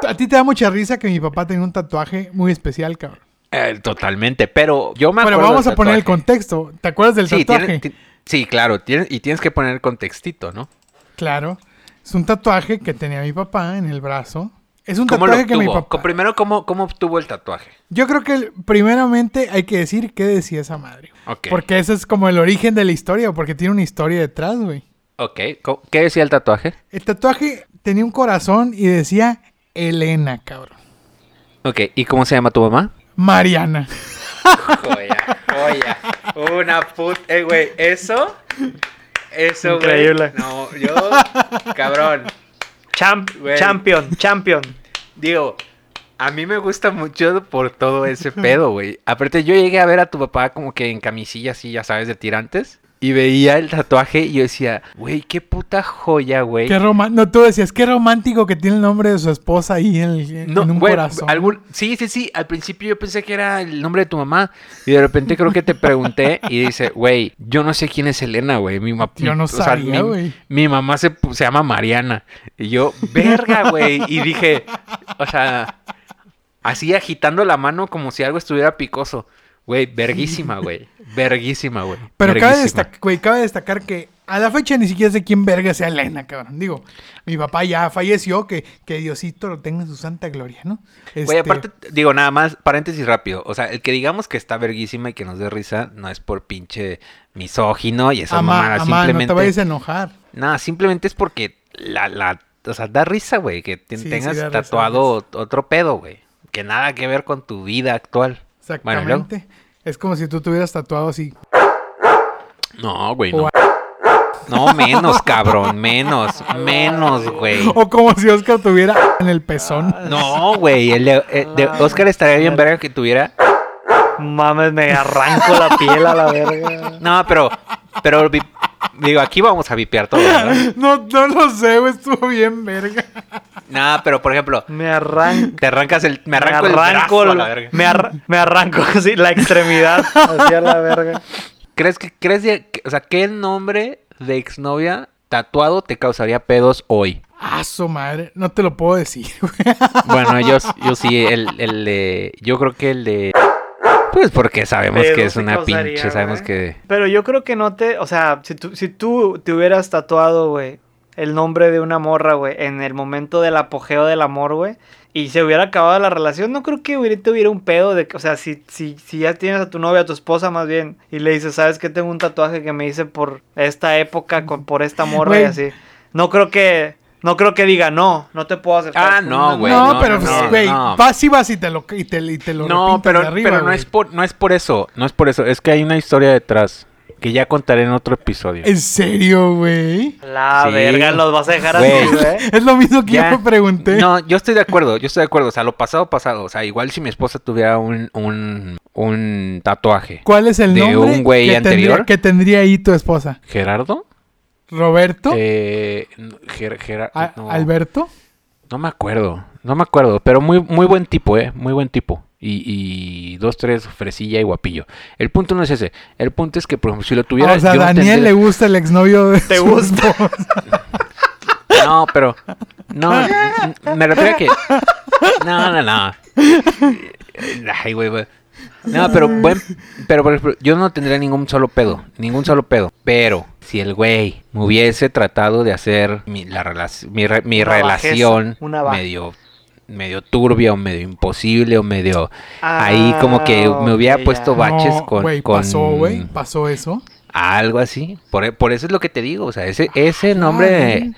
A ti te da mucha risa que mi papá tenía un tatuaje muy especial, cabrón.
Eh, totalmente. Pero yo me
Pero
acuerdo
vamos
del
a poner el
tatuaje.
contexto. ¿Te acuerdas del
Sí, tiene-
tatuaje?
ti- sí, claro. tiene- y tienes que poner el contextito, ¿no?
Claro. Es un tatuaje que tenía mi papá en el brazo. Es un
¿Cómo lo
tatuaje que mi
obtuvo?
papá.
Co- Primero, ¿cómo, ¿cómo obtuvo el tatuaje?
Yo creo que primeramente hay que decir qué decía esa madre.
Ok.
Porque ese es como el origen de la historia, porque tiene una historia detrás, güey.
Ok. co- ¿Qué decía el tatuaje?
El tatuaje tenía un corazón y decía Elena, cabrón.
Ok. ¿Y cómo se llama tu mamá?
Mariana.
Joya, joya. Una puta. Eh, güey, eso. Eso, güey.
Increíble.
No, yo. Cabrón.
Champ,
Güey.
champion, champion.
Digo, a mí me gusta mucho por todo ese pedo, güey. Aparte, yo llegué a ver a tu papá como que en camisilla así, ya sabes, de tirantes. Y y veía el tatuaje y yo decía, güey, qué puta joya, güey.
Qué roman- no, tú decías, qué romántico que tiene el nombre de su esposa ahí en, el-
No,
en un
güey,
corazón.
algún- sí, sí, sí. Al principio yo pensé que era el nombre de tu mamá. Y de repente creo que te pregunté y dice, güey, yo no sé quién es Elena, güey. Mi mamá.
Yo no sabía,
mi-
güey.
Mi, mamá se, pu- se llama Mariana. Y yo, verga, güey. Y dije, o sea, así agitando la mano como si algo estuviera picoso. Güey, verguísima, güey. Verguísima, güey.
Pero cabe,
verguísima.
destac- güey, cabe destacar que a la fecha ni siquiera sé quién verga sea Elena, cabrón. Digo, mi papá ya falleció, que, que Diosito lo tenga en su santa gloria, ¿no?
Güey,
Este,
aparte, digo, nada más, paréntesis rápido. O sea, el que digamos que está verguísima y que nos dé risa no es por pinche misógino y esa
ama,
mamada.
ama, no
simplemente.
te vayas a enojar.
Nada, simplemente es porque la, la, o sea, da risa, güey, que te-
Sí, sí,
tengas
da risa,
tatuado otro pedo, güey. Que nada que ver con tu vida actual. Bueno, ¿y luego?
Exactamente. es como si tú tuvieras tatuado así.
no, güey,
O
no. No, menos, cabrón, menos, menos, güey.
O como si Oscar tuviera en el pezón.
No, güey, el de, el de Oscar estaría bien verga que tuviera
Mames, me arranco la piel a la verga.
No, pero, pero vi- digo, aquí vamos a vipear todo, ¿verdad?
No, no lo sé, güey, estuvo bien verga.
No, pero por ejemplo,
Me arranco.
te arrancas el, me
Me
arranco,
arranco,
el brazo a
el-
la verga.
me, arra- me arranco así la extremidad hacia la verga.
¿Crees que, crees que- que- o sea, qué nombre de exnovia tatuado te causaría pedos hoy?
Ah, su madre, no te lo puedo decir, güey.
Bueno, yo, yo sí, el, el de, yo creo que el de, pues porque sabemos
Pedos
que es
te
una
causaría,
pinche, sabemos
güey.
que,
Pero yo creo que no te, o sea, si tú, si tú te hubieras tatuado, güey, el nombre de una morra, güey, en el momento del apogeo del amor, güey, y se hubiera acabado la relación, no creo que hubiera, te hubiera un pedo de, que- o sea, si, si, si ya tienes a tu novia, a tu esposa más bien, y le dices, ¿sabes que Tengo un tatuaje que me hice por esta época, con, por esta morra y
Güey.
así. No creo que, no creo que diga, no, no te puedo aceptar.
Ah,
con
no,
una
güey,
morra".
no,
no,
pero
no,
pues,
no,
güey,
no.
vas y vas y te lo, y te, y te lo
no,
repintas
pero,
de arriba,
pero no
güey.
es por, no es por eso, no es por eso, es que hay una historia detrás que ya contaré en otro episodio.
¿En serio, güey?
La
Sí.
verga, los vas a dejar
Güey.
así, güey.
Es lo mismo que
Ya.
yo me pregunté.
No, yo estoy de acuerdo, yo estoy de acuerdo. O sea, lo pasado, pasado. O sea, igual si mi esposa tuviera un, un, un tatuaje.
¿Cuál es el
De
nombre
un güey
que,
anterior.
tendría, que tendría ahí tu esposa?
¿Gerardo?
¿Roberto?
Eh, no, Ger- Gera-
A-
no,
¿Alberto?
no me acuerdo, no me acuerdo. Pero muy, muy buen tipo, ¿eh? Muy buen tipo. Y, y dos, tres, fresilla y guapillo. El punto no es ese. El punto es que, por ejemplo, si lo tuviera...
Ah, o sea,
yo
a
no
Daniel
tendría-
le gusta el exnovio de
¿Te
su
gusta?
esposa.
No, pero. No, n- n- me refiero a que. No, no, no. Ay, güey, güey. No, pero buen, pero por ejemplo, yo no tendría ningún solo pedo, ningún solo pedo. Pero si el güey me hubiese tratado de hacer mi, la relac- mi, re- mi
Una bajeza,
relación
una baja.
medio, medio turbia o medio imposible o medio ahí como que
Ah,
me hubiera
ok,
puesto
ya.
baches
No,
con,
güey,
con
pasó, güey. Pasó eso.
algo así. Por, e- por eso es lo que te digo. O sea, ese, ese nombre.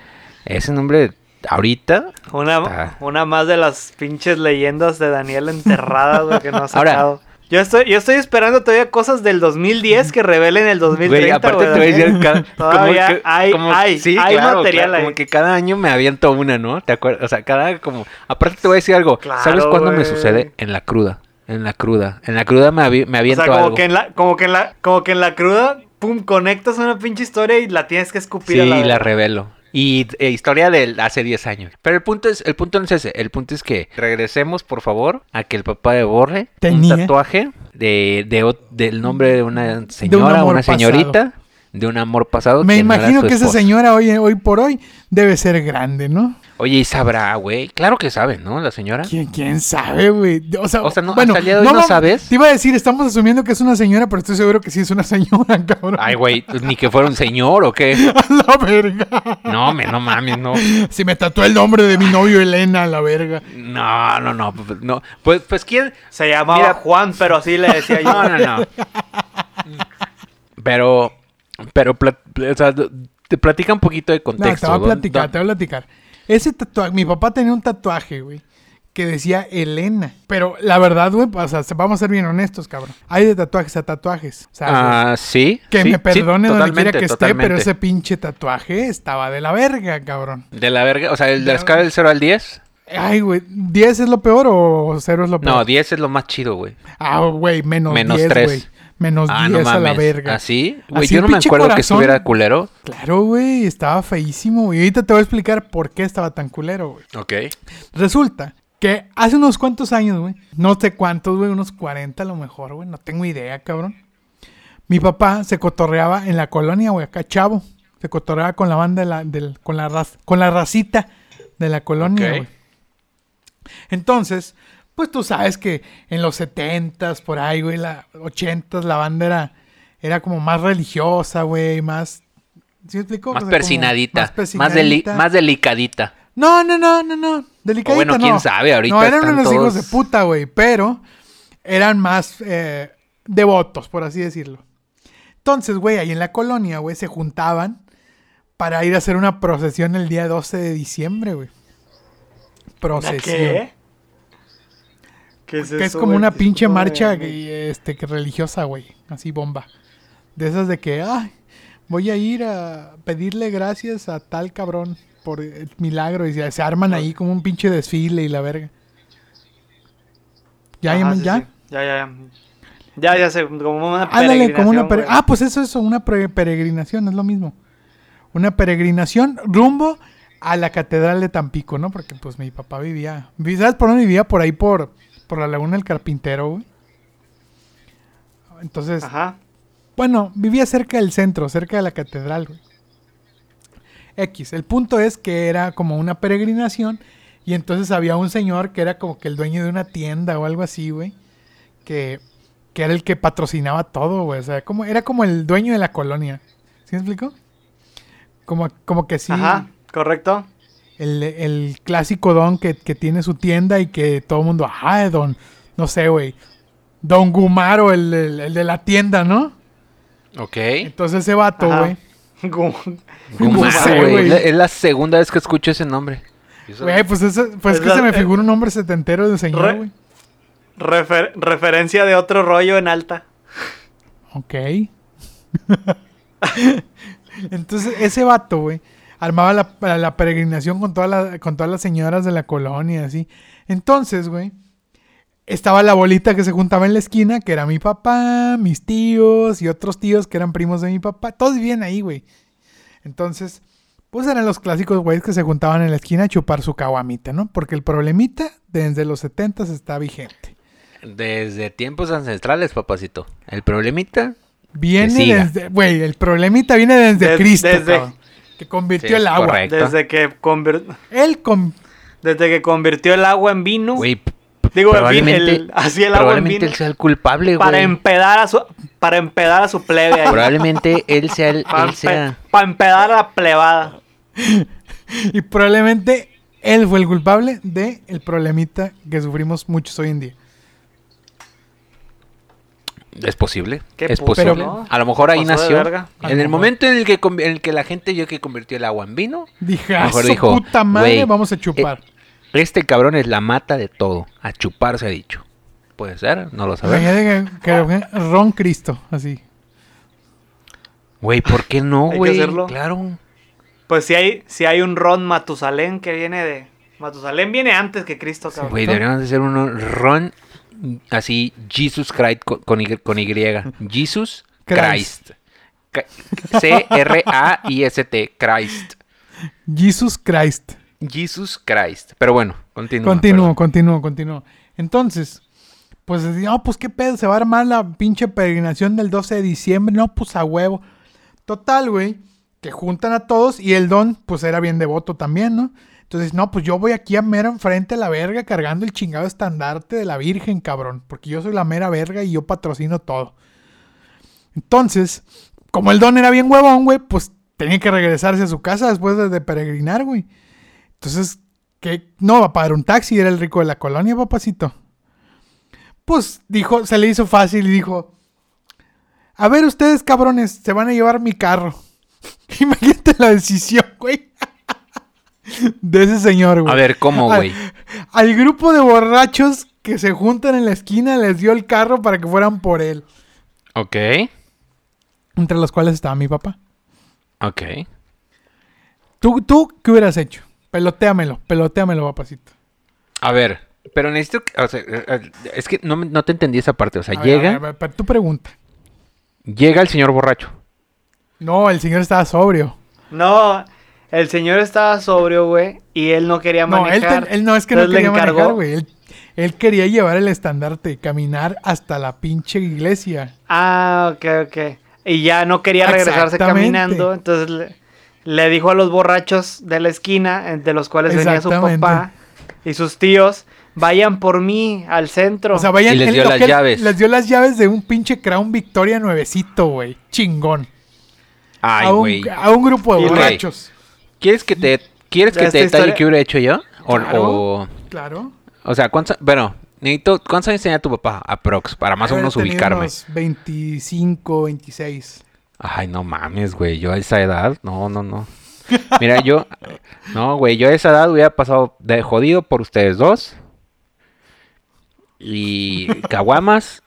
Ese nombre ahorita.
Una,
Está.
una más de las pinches leyendas de Daniel enterradas, güey, que no ha
Ahora-
sacado. yo, estoy, yo estoy esperando todavía cosas del 2010 que revelen el 2030,
Güey, aparte
güey,
te voy a
Daniel.
decir. cada-
Todavía hay- hay-
sí,
hay
claro,
material
claro,
ahí.
Como que cada año me aviento una, ¿no? ¿Te acuerdas? O sea, cada como. Aparte te voy a decir algo.
Claro,
¿Sabes cuándo me
güey.
sucede? En la cruda. En la cruda. En la cruda me, avi- me
O
aviento
sea, como
algo.
que, en la, como, que en la, como que en la cruda, pum, conectas una pinche historia y la tienes que escupir.
Sí,
a la,
la, revelo. Y eh, historia del hace 10 años. Pero el punto es, el punto no es ese. El punto es que regresemos, por favor, a que el papá de Borre
Tenía.
un tatuaje de, de ot- del nombre de una
amor
señora, una
pasado.
señorita, de un amor pasado.
Me
que no era
imagino
su
que esa
esposa.
señora hoy, hoy por hoy debe ser grande, ¿no?
Oye, y sabrá, güey. Claro que sabe, ¿no? La señora.
¿Quién, quién sabe, güey? O sea,
O sea, no, hasta el día de hoy no
mam-
sabes.
Te iba a decir, estamos asumiendo que es una señora, pero estoy seguro que sí es una señora, cabrón.
Ay, güey, pues, ni que fuera un señor o qué.
A la verga.
No, me, no mames, no.
Si me tatué el nombre de mi novio Elena, a la verga.
No, no, no. no. Pues, pues, ¿quién?
Se llamaba
Mira.
Juan, pero así le decía yo.
No, no, no. Pero, pero, plat- o sea, te platica un poquito de
No, te
contexto.
voy a
¿Dó-
platicar,
dó-
te voy a platicar. Ese tatuaje, mi papá tenía un tatuaje, güey, que decía Elena. Pero la verdad, güey, o sea, vamos a ser bien honestos, cabrón. Hay de tatuajes a tatuajes. O sea,
Ah, sí.
que
sí,
me perdone
sí,
donde quiera que
totalmente,
esté, pero
totalmente.
ese pinche tatuaje estaba de la verga, cabrón.
De la verga, o sea, el de
Ya.
la escala del 0 al 10.
Ay, güey, ¿10 es lo peor o 0 es lo peor?
No, 10 es lo más chido, güey.
Ah, güey, menos,
Menos
10,
tres.
güey. menos
Ah,
10
no
pues, a la
mames.
verga.
¿Así? Güey,
Así
yo
el
no me
pinche
acuerdo que
corazón.
estuviera culero.
Claro, güey, estaba feísimo. Y ahorita te voy a explicar por qué estaba tan culero, güey.
Ok.
Resulta que hace unos cuantos años, güey, no sé cuántos, güey, unos 40 a lo mejor, güey, no tengo idea, cabrón. Mi papá se cotorreaba en la colonia, güey, acá chavo. Se cotorreaba con la banda, de la, del, con, la raz- con la racita de la colonia,
Ok.
güey. Entonces, pues tú sabes que en los 70s, por ahí, güey, la 80s, la banda era, era como más religiosa, güey, más... ¿Sí me explico?
Más
O sea, como
persinadita. Más, deli-
persinadita.
más delicadita.
No, no, no, no, no. Delicadita,
O bueno,
no.
quién sabe, ahorita
No, eran
están
unos hijos
todos-
de puta, güey. Pero eran más eh, devotos, por así decirlo. Entonces, güey, ahí en la colonia, güey, se juntaban para ir a hacer una procesión el día 12 de diciembre, güey. Procesión.
¿Qué? ¿Qué
Que es
eso,
como
güey?
una pinche
Discúlpame,
marcha
güey.
que, este, que religiosa, güey. Así bomba. De esas de que, ay, voy a ir a pedirle gracias a tal cabrón por el milagro. Y se, se arman ahí como un pinche desfile y la verga. ¿Ya,
Ajá,
ya,
sí,
ya?
sí. ya, ya, ya. Ya, ya sé, como una
Ándale, como una pere-
peregrinación,
Ah, pues eso es una pre- peregrinación, es lo mismo. Una peregrinación rumbo a la catedral de Tampico, ¿no? Porque pues mi papá vivía, vi- ¿sabes por dónde vivía? Por ahí por, por la laguna del Carpintero, güey.
güey.
Entonces,
Ajá.
bueno, vivía cerca del centro, cerca de la catedral, güey. X, el punto es que era como una peregrinación y entonces había un señor que era como que el dueño de una tienda o algo así, güey, que, que era el que patrocinaba todo, güey, o sea, como, era como el dueño de la colonia, ¿sí me explico? Como, como que sí,
Ajá, correcto.
el, el clásico don que, que tiene su tienda y que todo el mundo, ajá, don, no sé, güey, don Gumaro, el, el- el de la tienda, ¿no?
Ok.
Entonces ese vato,
Ajá.
güey.
Gu-
Gumaro,
sé,
güey.
güey.
La- Es la segunda vez que escucho ese nombre.
Güey, pues, eso- pues es
Es
que
la-
se me
eh,
figura un hombre setentero de señor,
re-
güey.
refer- referencia de otro rollo en alta.
Ok. Entonces, ese vato, güey, armaba la, para la peregrinación con, toda la- con todas las señoras de la colonia, así. Entonces, güey, estaba la bolita que se juntaba en la esquina, que era mi papá, mis tíos y otros tíos que eran primos de mi papá. Todos vivían ahí, güey. Entonces, pues eran los clásicos güeyes que se juntaban en la esquina a chupar su caguamita, ¿no? Porque el problemita desde los 70 está vigente.
Desde tiempos ancestrales, papacito. El problemita.
Viene
siga.
desde, güey, el problemita viene desde
Des-
Cristo,
desde-
cabrón, que convirtió
Sí,
el agua.
correcto.
Desde que, convir-
Él con
Desde que convirtió el agua en vino.
Güey, p-
digo, el vin-
probablemente,
el- así el agua en
probablemente
vino.
él sea el culpable, güey.
Para empedar a su para empedar a su plebe ahí.
Probablemente él sea el...
Para
él sea...
empedar a la plebada.
y probablemente él fue el culpable de el problemita que sufrimos muchos hoy en día.
Es posible.
Qué
es
puto,
posible.
¿no?
A lo mejor ahí
Pasó de
nació.
verga.
A
En
lo
el
mejor.
momento en el que, conv- en el que la gente vio que convirtió el agua en vino,
Dije,
A lo
"Ah,
mejor
su
dijo,
puta madre,
"Güey,
vamos a chupar."
este cabrón es la mata de todo. A chupar se ha dicho. Puede ser, no lo sabemos.
Imagínate que- que Ron Cristo, así.
Güey, ¿por qué no,
Hay que
güey?
hacerlo.
Claro.
Pues si hay si hay un ron Matusalén que viene de Matusalén viene antes que Cristo, cabrón.
Güey, deberíamos hacer uno Ron así Jesus Christ con, con Y. con Y. Jesus
Christ.
Christ. Ca- C-R-A-I-S-T. Christ.
Jesus Christ.
Jesus Christ. Pero bueno, continúa.
Continúo,
perdón.
continúo, continúo. Entonces, pues, así, no, pues qué pedo, se va a armar la pinche peregrinación del 12 de diciembre, no, pues a huevo. Total, güey, que juntan a todos y el don, pues era bien devoto también, ¿no? Entonces, no, pues yo voy aquí a mero enfrente a la verga cargando el chingado estandarte de la Virgen, cabrón, porque yo soy la mera verga y yo patrocino todo. Entonces, como el don era bien huevón, güey, pues tenía que regresarse a su casa después de, de peregrinar, güey. Entonces, que no va a pagar un taxi, era el rico de la colonia, papacito. Pues dijo, se le hizo fácil y dijo: A ver, ustedes cabrones, se van a llevar mi carro. Imagínate la decisión, güey. De ese señor, güey.
A ver, ¿cómo,
Al-
güey?
Al, grupo de borrachos que se juntan en la esquina les dio el carro para que fueran por él.
Ok.
Entre los cuales estaba mi papá.
Ok.
¿Tú, tú qué hubieras hecho? Pelotéamelo, pelotéamelo, papacito.
A ver, pero necesito. que- o sea, eh, eh, es que no, me- no te entendí esa parte. O sea,
A ver,
llega.
a ver, a ver, pero tú pregunta.
Llega el señor borracho.
No, el señor estaba sobrio.
No, el señor estaba sobrio, güey, y él no quería
No, él,
manejar.
ten- él no es que no
Entonces
quería
le
manejar,
encargó-
güey. Él, él quería llevar el estandarte, caminar hasta la pinche iglesia.
Ah, ok, ok. Y ya no quería regresarse
Exactamente.
caminando, entonces le, le dijo a los borrachos de la esquina, eh, de los cuales venía su
Exactamente.
papá y sus tíos, vayan por mí al centro.
O sea, vayan.
Y les
él
dio
lo
las
que él-
llaves.
Les dio las llaves de un pinche Crown Victoria nuevecito, güey. Chingón.
Ay,
a, un,
güey.
a un grupo de
Y, güey,
borrachos.
¿Quieres que te, ¿quieres que
Esta
te detalle
historia-
qué hubiera hecho yo? O,
Claro.
o,
Claro.
o sea, ¿cuántos, bueno, necesito, ¿cuántos años tenía tu papá? Aprox, para
Eh,
más o
Haber
menos
tenido
ubicarme.
unos 25, 26.
Ay, no mames, güey. Yo a esa edad, no, no, no. Mira, yo, no, güey, yo a esa edad hubiera pasado de jodido por ustedes dos. Y caguamas.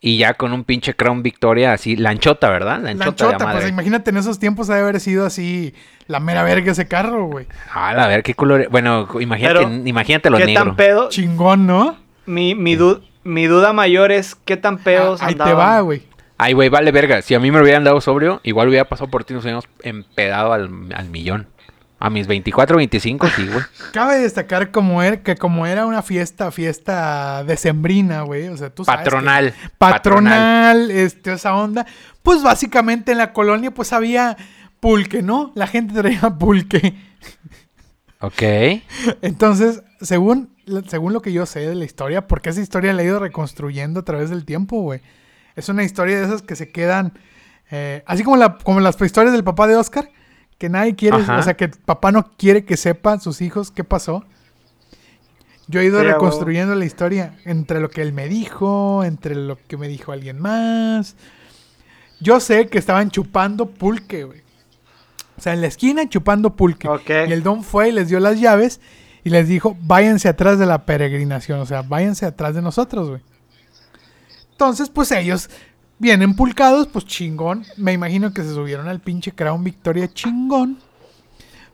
Y ya con un pinche Crown Victoria así, lanchota, ¿verdad? Lanchota,
Lanchota,
de la
pues
madre.
imagínate en esos tiempos ha de haber sido así la mera verga ese carro, güey.
Ah, a ver, qué color. Bueno, imagínate,
Pero,
imagínate lo
¿Qué
negro.
tan pedo?
Chingón, ¿no?
Mi, mi, du- mi duda mayor es qué tan pedos
Ah, ahí te
andaban?
va, güey.
Ay, güey, vale verga. Si a mí me hubieran dado sobrio, igual hubiera pasado por ti y nos hubiéramos empedado al, al millón. A mis 24, 25, sí, güey.
Cabe destacar como er- que como era una fiesta, fiesta decembrina, güey. O sea, tú sabes que-
Patronal.
patronal, este, esa onda. Pues básicamente en la colonia pues había pulque, ¿no? La gente traía pulque.
Ok.
Entonces, según, según lo que yo sé de la historia, porque esa historia la he ido reconstruyendo a través del tiempo, güey. Es una historia de esas que se quedan, eh, así como, la, como las historias del papá de Oscar, que nadie quiere,
Ajá.
o sea, que papá no quiere que sepan sus hijos qué pasó. Yo he ido
Sí, a huevo.
reconstruyendo la historia entre lo que él me dijo, entre lo que me dijo alguien más. Yo sé que estaban chupando pulque, güey. O sea, en la esquina chupando pulque.
Ok.
Y el don fue y les dio las llaves y les dijo, váyanse atrás de la peregrinación, o sea, váyanse atrás de nosotros, güey. Entonces, pues ellos vienen pulcados, pues chingón. Me imagino que se subieron al pinche Crown Victoria chingón.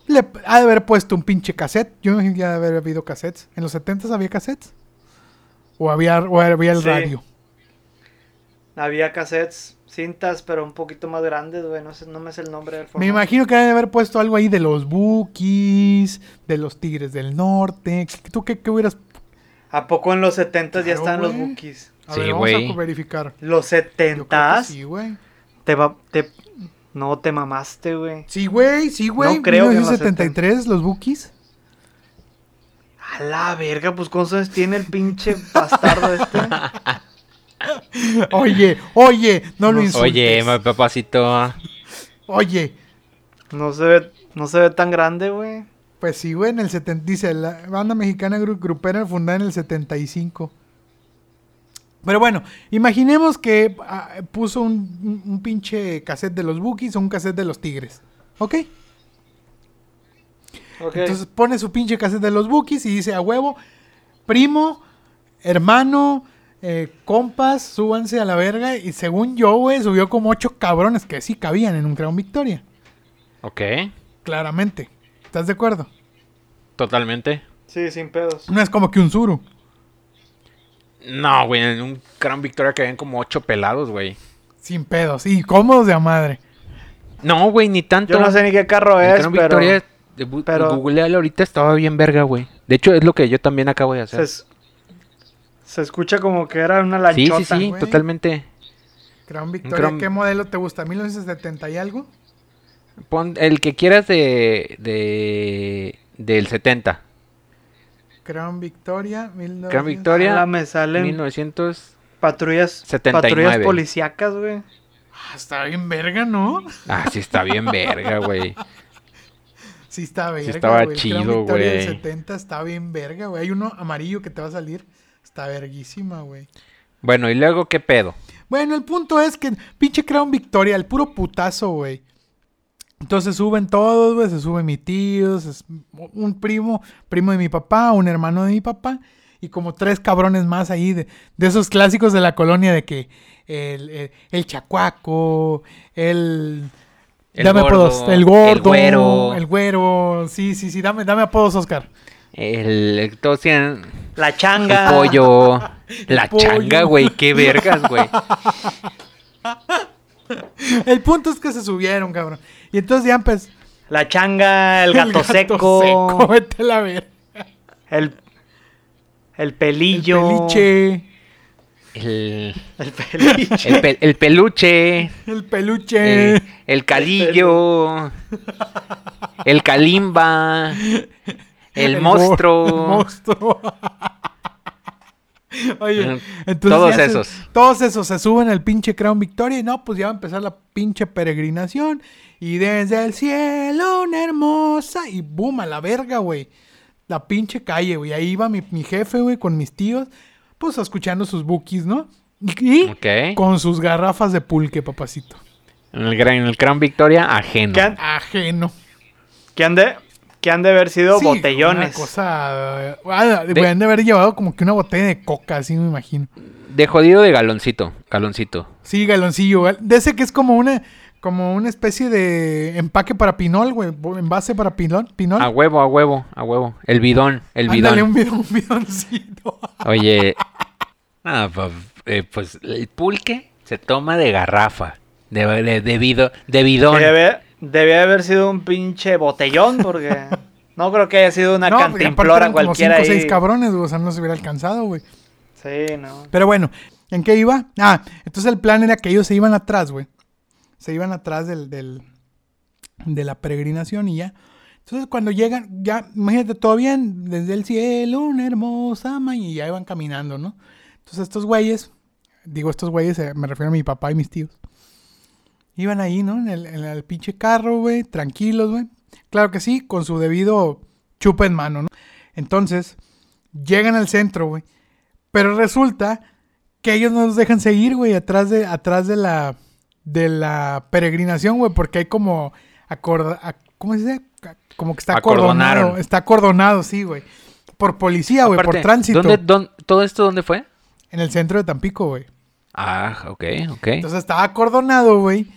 Le ha de haber puesto un pinche cassette. Yo me imagino que ha de haber habido cassettes. ¿En los 70s había cassettes? ¿O había, o había el
Sí.
radio?
Había cassettes, cintas, pero un poquito más grandes, güey. No, sé, no me sé el nombre del
Me
formato.
imagino que ha de haber puesto algo ahí de los Bookies, de los Tigres del Norte. ¿Tú qué, qué hubieras
¿A poco en los 70s ya
Claro,
estaban los
güey.
bookies?
A
Sí,
ver,
güey.
Vamos a verificar. Yo
¿Los
creo que
70s?
Sí, güey.
Te va, te... No, te mamaste, güey.
Sí, güey, sí, güey.
No creo que en los
1973, los Bookies.
A la verga, pues ¿cuántos años tiene el pinche bastardo este?
Oye, oye, no lo
No,
insultes.
Oye, ma- papacito.
Oye,
No se ve, no se ve tan grande, güey.
pues sí, güey, en el 70. Dice, la banda mexicana gru- grupera fundada en el 75. Pero bueno, imaginemos que ah, puso un, un- un pinche cassette de los Bookies o un cassette de los Tigres. ¿Ok?
Ok.
Entonces pone su pinche cassette de los Bookies y dice a huevo, primo, hermano, eh, compas, súbanse a la verga. Y según yo, güey, subió como ocho cabrones que sí cabían en un Crown Victoria.
Ok.
Claramente. ¿Estás de acuerdo?
Totalmente.
Sí, sin pedos.
No es como que un Zuru.
No, güey, en un gran victoria que habían como ocho pelados, güey.
Sin pedos. Y cómodos de a madre.
No, güey, ni tanto.
Yo no sé ni qué carro
El
es,
Gran
pero...
Victoria, de bu-
pero-
googlealo ahorita, estaba bien verga, güey. De hecho, es lo que yo también acabo de
Se,
hacer.
es- se escucha como que era una
Sí,
lanchota.
sí, sí,
güey.
totalmente.
Crown Victoria,
Crown-
¿qué modelo te gusta? ¿1970 y algo?
Pon el que quieras de, de del 70.
Crown Victoria, 1900.
Gran Victoria,
Ahora me salen
1900.
patrullas,
79.
patrullas policíacas, güey.
Ah, está bien verga, ¿no?
Ah, sí, está bien verga, güey.
Sí está verga,
estaba
güey. El Crown
chido,
Victoria del
güey.
70 está bien verga, güey. Hay uno amarillo que te va a salir. Está verguísima, güey.
Bueno, y luego, ¿qué pedo?
Bueno, el punto es que pinche Crown Victoria, el puro putazo, güey. Entonces suben todos, güey, se sube mi tío, se s- un primo, primo de mi papá, un hermano de mi papá, y como tres cabrones más ahí de, de esos clásicos de la colonia de que el, el, el chacuaco, el...
El
dame
gordo,
apodos, el
el
gordo,
güero.
el güero, sí, sí, sí, dame, dame apodos, Oscar.
El, el- todos tienen
La
el
changa.
pollo, la
pollo.
changa, güey, qué vergas, güey.
El punto es que se subieron, cabrón. Y entonces ya empezó.
La changa, el gato, seco,
seco, vete a la ver.
el, el
El
pelillo.
peliche.
El,
El peliche.
el pe- el peluche,
El peluche.
eh, el calillo, el calimba, el,
mo- el
monstruo.
monstruo. Oye,
Ajá.
entonces
Mm, Todos
ya se-
esos.
todos esos se suben al pinche Crown Victoria y no, pues ya va a empezar la pinche peregrinación. Y desde el cielo una hermosa. Y boom, a la verga, güey. La pinche calle, güey. Ahí iba mi, mi jefe, güey, con mis tíos. Pues escuchando sus bookies, ¿no? Y y
Ok.
con sus garrafas de pulque, papacito.
En el, gran- en el Crown Victoria, ajeno.
¿Qué han,
Ajeno.
que han de, que han de haber sido
Sí,
botellones?
Una cosa. eh, ah, güey, han de haber llevado como que una botella de coca, así me imagino.
De jodido de galoncito, galoncito.
Sí, galoncillo. gal- De ese que es como una, como una especie de empaque para pinol, güey. bo- Envase para pinol. pinol.
Ah,
A huevo, a huevo, a huevo. El bidón, el bidón.
¿Ah? Ándale, un bidón, un bidoncito.
Oye, ah, pa- eh, pues el pulque se toma de garrafa, de, de, de bido- de
Que
bidón.
debe- debía haber sido un pinche botellón, porque no creo que haya sido una
porque aparte
cantimplora
eran como cinco
cualquiera
o seis
ahí.
cabrones, güey, O sea, no se hubiera alcanzado, güey.
Sí, no.
Pero bueno, ¿en qué iba? Ah, entonces el plan era que ellos se iban atrás, güey. Se iban atrás del, del- de la peregrinación y ya. Entonces cuando llegan, ya, imagínate, todo bien, desde el cielo, una hermosa mañana, y ya iban caminando, ¿no? Entonces estos güeyes, digo estos güeyes, eh, me refiero a mi papá y mis tíos, iban ahí, ¿no? En el, en el pinche carro, güey, tranquilos, güey. Claro que sí, con su debido chupa en mano, ¿no? Entonces, llegan al centro, güey. Pero resulta que ellos no nos dejan seguir, güey, atrás de, atrás de la de la peregrinación, güey, porque hay como acorda, a- ¿cómo se dice? Ca- Como que está
Acordonaron.
acordonado, está acordonado, sí, güey. Por policía, güey, por
Aparte,
tránsito.
¿dónde- dón- ¿Todo esto dónde fue?
En el centro de Tampico, güey.
Ah, ok, ok.
Entonces estaba acordonado, güey.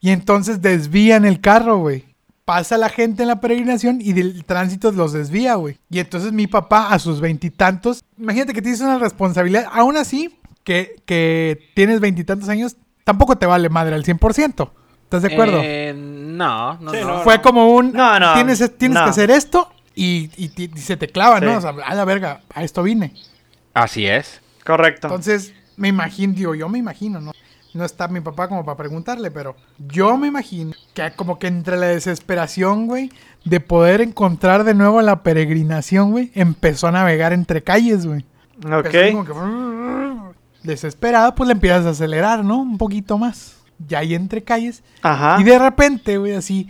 Y entonces desvían el carro, güey. Pasa la gente en la peregrinación y el tránsito los desvía, güey. Y entonces mi papá, a sus veintitantos, imagínate que tienes una responsabilidad, aún así, que, que tienes veintitantos años, tampoco te vale madre al 100%. ¿Estás de acuerdo?
Eh, no, no,
Sí,
no.
no.
Fue como un,
No, no,
tienes, tienes
no.
que hacer esto y, y ti- y se te clava, ¿no?
Sí.
O sea, a la verga, a esto vine.
Así es.
Correcto.
Entonces, me imagino, digo, yo me imagino, ¿no? No está mi papá como para preguntarle, pero yo me imagino que como que entre la desesperación, güey, de poder encontrar de nuevo la peregrinación, güey, empezó a navegar entre calles, güey.
ok.
Empezó como que, brrr, desesperada, pues le empiezas a acelerar, ¿no? Un poquito más. Ya ahí entre calles.
Ajá.
Y de repente, güey, así,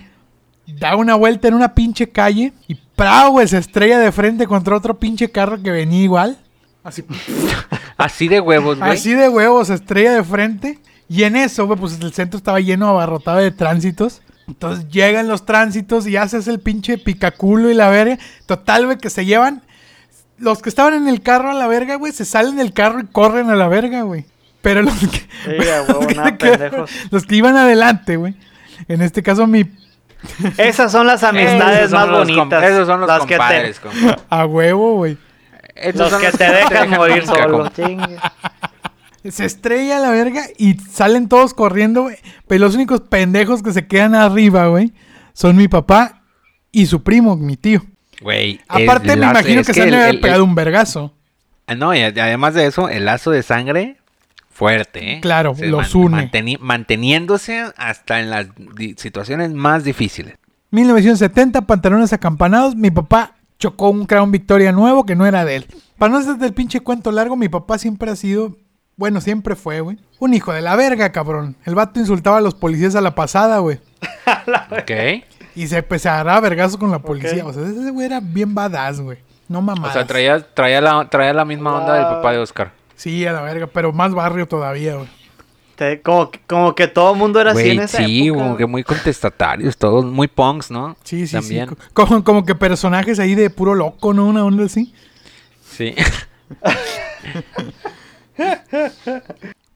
da una vuelta en una pinche calle y ¡prá, güey! Se estrella de frente contra otro pinche carro que venía igual. Así,
Así de huevos, güey.
Así de huevos, estrella de frente. Y en eso, güey, pues el centro estaba lleno, abarrotado de tránsitos. Entonces llegan los tránsitos y haces el pinche picaculo y la verga. Total, güey, que se llevan. Los que estaban en el carro a la verga, güey, se salen del carro y corren a la verga, güey. Pero los que.
Sí, a huevo,
los, que
nada,
se quedaron-
pendejos.
los que iban adelante, güey. En este caso, mi
Esas son las amistades
Esos son
más
los
bonitas.
comp- Esos son los
las que te-
compadres, compa.
a huevo, güey.
Esos
los
son
que te dejan morir
nunca,
solo.
compa.
Chingue.
Se estrella la verga y salen todos corriendo, güey. Pero los únicos pendejos que se quedan arriba, güey, son mi papá y su primo, mi tío.
Güey.
Aparte,
el
me
lazo-
imagino
es
que, se han
el-
de haber
el-
pegado un vergazo.
Ah, No, y ad- además de eso, el lazo de sangre fuerte. ¿eh?
Claro, los une.
manteni- manteniéndose hasta en las di- situaciones más difíciles.
1970, pantalones acampanados. Mi papá chocó un Crown Victoria nuevo que no era de él. Para no hacerte el pinche cuento largo, mi papá siempre ha sido. Bueno, siempre fue, güey. Un hijo de la verga, cabrón. El vato insultaba a los policías a la pasada, güey.
Ok.
Y se, pues, se agarraba a vergazos con la policía.
Ok.
O sea, ese güey era bien badass, güey. No
O
mamadas.
sea, traía, traía, la, traía la misma onda del papá de Oscar.
Sí, a la verga, pero más barrio todavía, güey.
Te- como, que- como que todo el mundo era así en
Güey,
esa
sí,
época,
como que
güey.
muy contestatarios, todos muy punks, ¿no?
Sí, sí,
También.
sí. Co- Como, como que personajes ahí de puro loco, ¿no? Una onda así.
Sí.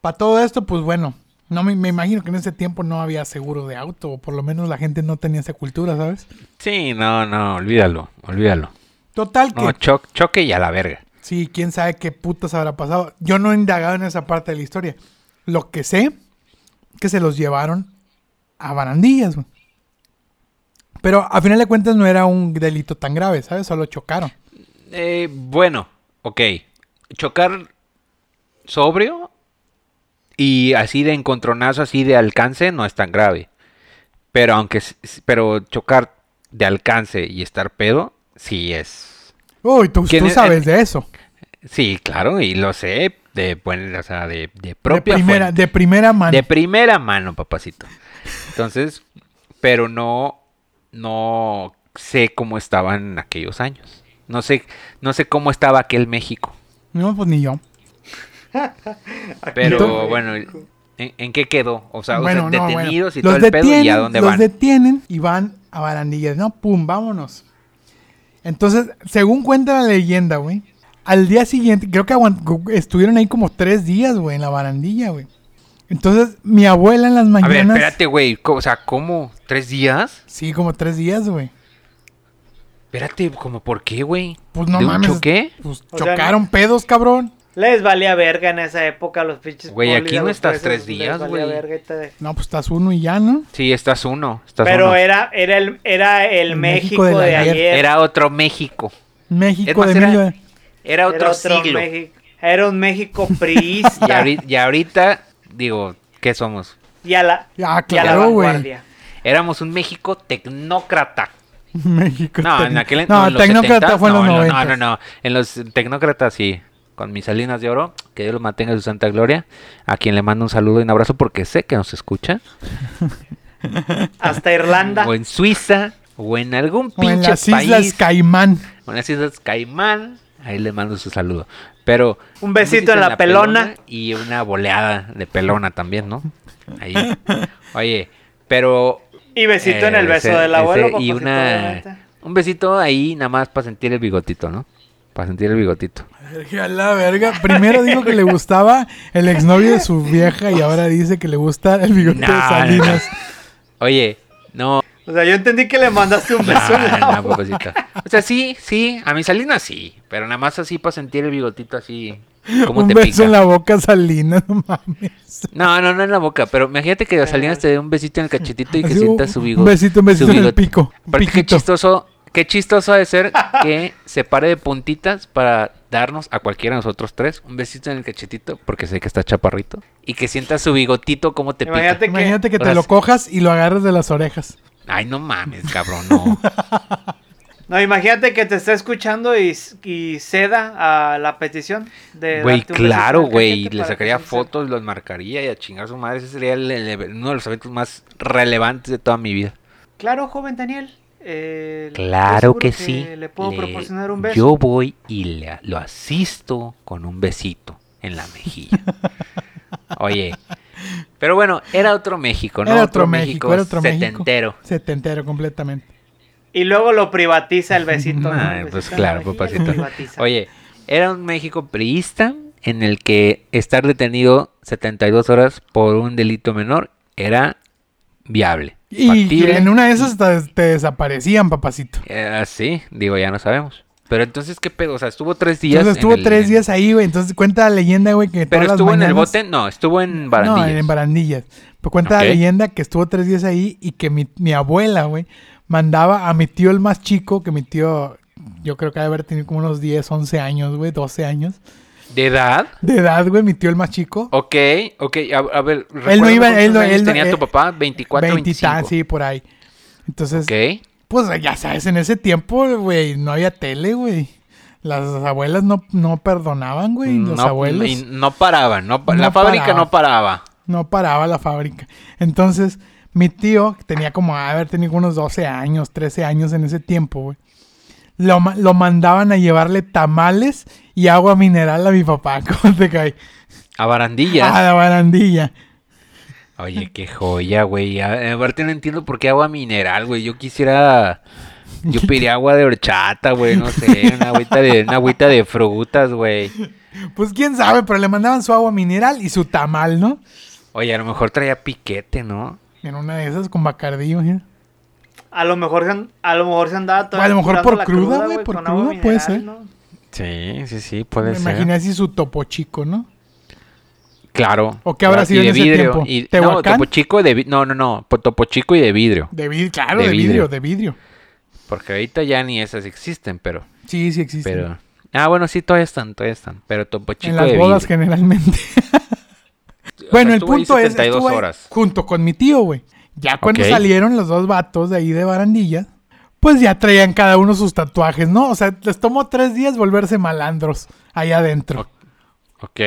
Para todo esto, pues bueno, no me, me imagino que en ese tiempo no había seguro de auto, o por lo menos la gente no tenía esa cultura, ¿sabes?
Sí, no, no, olvídalo, olvídalo.
Total que,
No, cho- choque y a la verga.
sí, quién sabe qué putas habrá pasado. Yo no he indagado en esa parte de la historia. Lo que sé que se los llevaron a barandillas, güey. Pero a final de cuentas no era un delito tan grave, ¿sabes? Solo chocaron.
Eh, bueno, ok. Chocar sobrio y así de encontronazo, así de alcance, no es tan grave. Pero aunque, s- s- pero chocar de alcance y estar pedo, sí es.
Uy, tú,
¿Quién
tú
es-
sabes de eso.
Sí, claro, y lo sé de, buen- o sea, de, de propia
de primera,
fuente.
de primera mano.
De primera mano, papacito. Entonces, pero no, no sé cómo estaban aquellos años. No sé, no sé cómo estaba aquel México.
No, pues ni yo.
Pero
Entonces-
bueno, ¿en, en qué quedó? O sea, o sea,
bueno, no, bueno.
detenidos y
Los
todo el pedo y a dónde
los
van.
detienen y van a barandillas, ¿no? Pum, vámonos. Entonces, según cuenta la leyenda, güey, al día siguiente, creo que aguant- gu- estuvieron ahí como tres días, güey, en la barandilla, güey. Entonces, mi abuela en las
A ver,
mañanas...
espérate, güey. co- O sea, ¿cómo? ¿Tres días?
Sí, como tres días, güey.
Espérate, ¿cómo por qué, güey?
Pues no
¿De un
mames.
choque?
Pues
O sea,
chocaron pedos, cabrón.
Les valía verga en esa época los pinches.
Güey,
polis
aquí
a
no
los
estás
jueces,
tres
les
días,
valía
güey.
verga y te-
No, pues estás uno y ya, ¿no?
Sí, estás uno. Estás
Pero
uno.
era, era el, era el,
El México
México,
de la
de ayer.
ayer.
Era otro México.
México
Es
de
más,
mil...
era- Era otro, siglo.
México, era un México priista.
Y, ahori- y ahorita, digo, ¿qué somos?
y a la,
Ah,
y a la
claro, güey.
vanguardia.
Éramos un México tecnócrata.
México.
No, en
tecno-
aquel
No,
en los
tecnócrata
70,
fue en los
no,
90.
No, no, no. En los tecnócratas sí. Con mis salinas de oro, que Dios lo mantenga en su santa gloria. A quien le mando un saludo y un abrazo porque sé que nos escucha.
Hasta Irlanda.
O en Suiza, o en algún
O
pinche
en las
país.
Islas Caimán.
o en las Islas Caimán. Ahí le mando su saludo. Pero.
Un besito en la pelona.
Y una boleada de pelona también, ¿no? Ahí. Oye, pero
Y besito en el
Eh,
beso
ese-
del abuelo.
ese- y
papacito,
una,
obviamente.
un besito ahí nada más para sentir el bigotito, ¿no? Para sentir el bigotito.
Verga, la verga. Primero dijo que le gustaba el exnovio de su vieja y ahora dice que le gusta el bigote
No,
de
no,
Salinas.
Oye, no,
O sea, yo entendí que le mandaste un
no,
beso en la
no, papacito. O sea, sí, sí, a mi salina sí, pero nada más así para sentir el bigotito así. ¿Cómo
Un
te
beso
pica?
en la boca, Salinas, no mames.
No, no, no en la boca, pero imagínate que Salinas te dé un besito en el cachetito y que
Así,
sienta su
Un
bigote.
besito, un besito
su
en el
bigote.
pico. Un
Aparte, qué
piquito.
chistoso, qué chistoso ha de ser que se pare de puntitas para darnos a cualquiera de nosotros tres un besito en el cachetito, porque sé que está chaparrito, y que sienta su bigotito como te pica.
Imagínate que.
Imagínate que te
Ahora
lo
sí.
cojas y lo agarres de las orejas.
Ay, no mames, cabrón, no.
No, imagínate que te está escuchando y, y ceda a la petición
Güey,
de. Eh, darte un besito
claro,
en el
güey,
cachete
le
para que
sacaría
se-
fotos, los marcaría y a chingar a su madre. Ese sería el- el- uno de los eventos más relevantes de toda mi vida.
Claro, joven Daniel. eh, estoy
Claro
seguro
que sí.
Le puedo
le-
proporcionar un beso.
Yo voy y le- lo asisto con un besito en la mejilla. Oye, pero bueno, era otro México, ¿no?
Era otro México, era otro México.
setentero.
Setentero completamente.
Y luego lo privatiza el besito. ¿no?
Ay,
El
pues
besito en
claro,
la mejilla lo
papacito.
privatiza.
Oye, era un México priista en el que estar detenido 72 horas por un delito menor era viable.
Y
factible.
en una de esas hasta te desaparecían, papacito.
Eh, sí, digo, ya no sabemos. Pero entonces, ¿qué pedo? O sea, estuvo tres días.
Entonces
en
estuvo
el-
tres
en-
días ahí, güey. Entonces cuenta la leyenda, güey, que
Pero
todas las
estuvo en el
mañanas-
bote, no, estuvo en Barandillas.
No, en Barandillas. Pues cuenta
Ok.
la leyenda que estuvo tres días ahí y que mi, mi abuela, güey, mandaba a mi tío el más chico, que mi tío, yo creo que ha de haber tenido como unos 10, 11 años, güey, 12 años
¿De edad?
de edad, güey, mi tío el más chico.
Ok, ok, a, a
Él
ver,
no
recuérdame
iba-
cuántos
él no-
años
él no-
tenía
eh,
tu papá?
20,
24, 25.
sí, por ahí. Entonces,
Ok,
pues ya sabes, en ese tiempo, güey, no había tele, güey. Las abuelas no, no perdonaban, güey, los
Mm, no,
abuelos.
y no paraban, no pa-
No
la fábrica
paraba.
no paraba.
No paraba la fábrica. Entonces, mi tío, que tenía como a haber tenido unos 12 años, 13 años en ese tiempo, güey. Lo, ma- lo mandaban a llevarle tamales y agua mineral a mi papá. ¿Cómo te cae?
A
A
barandillas.
la barandilla.
Oye, qué joya, güey. A- Aparte no entiendo por qué agua mineral, güey. Yo quisiera... Yo pediría agua de horchata, güey, no sé, una agüita de, una agüita de frutas, güey.
Pues quién sabe, pero le mandaban su agua mineral y su tamal, ¿no?
Oye, a lo mejor traía piquete, ¿no?
En una de esas con Bacardí, imagínate.
A lo mejor, se an- a lo mejor se andaba todavía
A lo mejor
curando
por
la
cruda, güey, por
con agua
cruda puede ser.
¿no?
Sí, sí, sí,
Me
puede ser.
imaginé así su topo chico, ¿no?
Claro. Ah,
¿O qué habrá
Y
sido
de
en ese
vidrio.
tiempo?
Y, no,
¿Tehuacán?
Topo Chico de vi- No, no, no. po- Topo Chico y de vidrio.
De vidrio, claro,
De
de,
vidrio.
vidrio, de vidrio.
Porque ahorita ya ni esas existen, pero.
Sí, sí existe.
pero... Ah, bueno, sí, todavía están, todavía están. Pero Topo Chico
en las
de
bodas
vidrio.
generalmente.
O sea,
bueno, el
estuvo ahí
punto es,
72
estuvo ahí
horas.
junto con mi tío, güey. Ya cuando
Ok.
salieron los dos vatos de ahí de barandilla, pues ya traían cada uno sus tatuajes, ¿no? O sea, les tomó tres días volverse malandros ahí adentro.
Ok. Ok.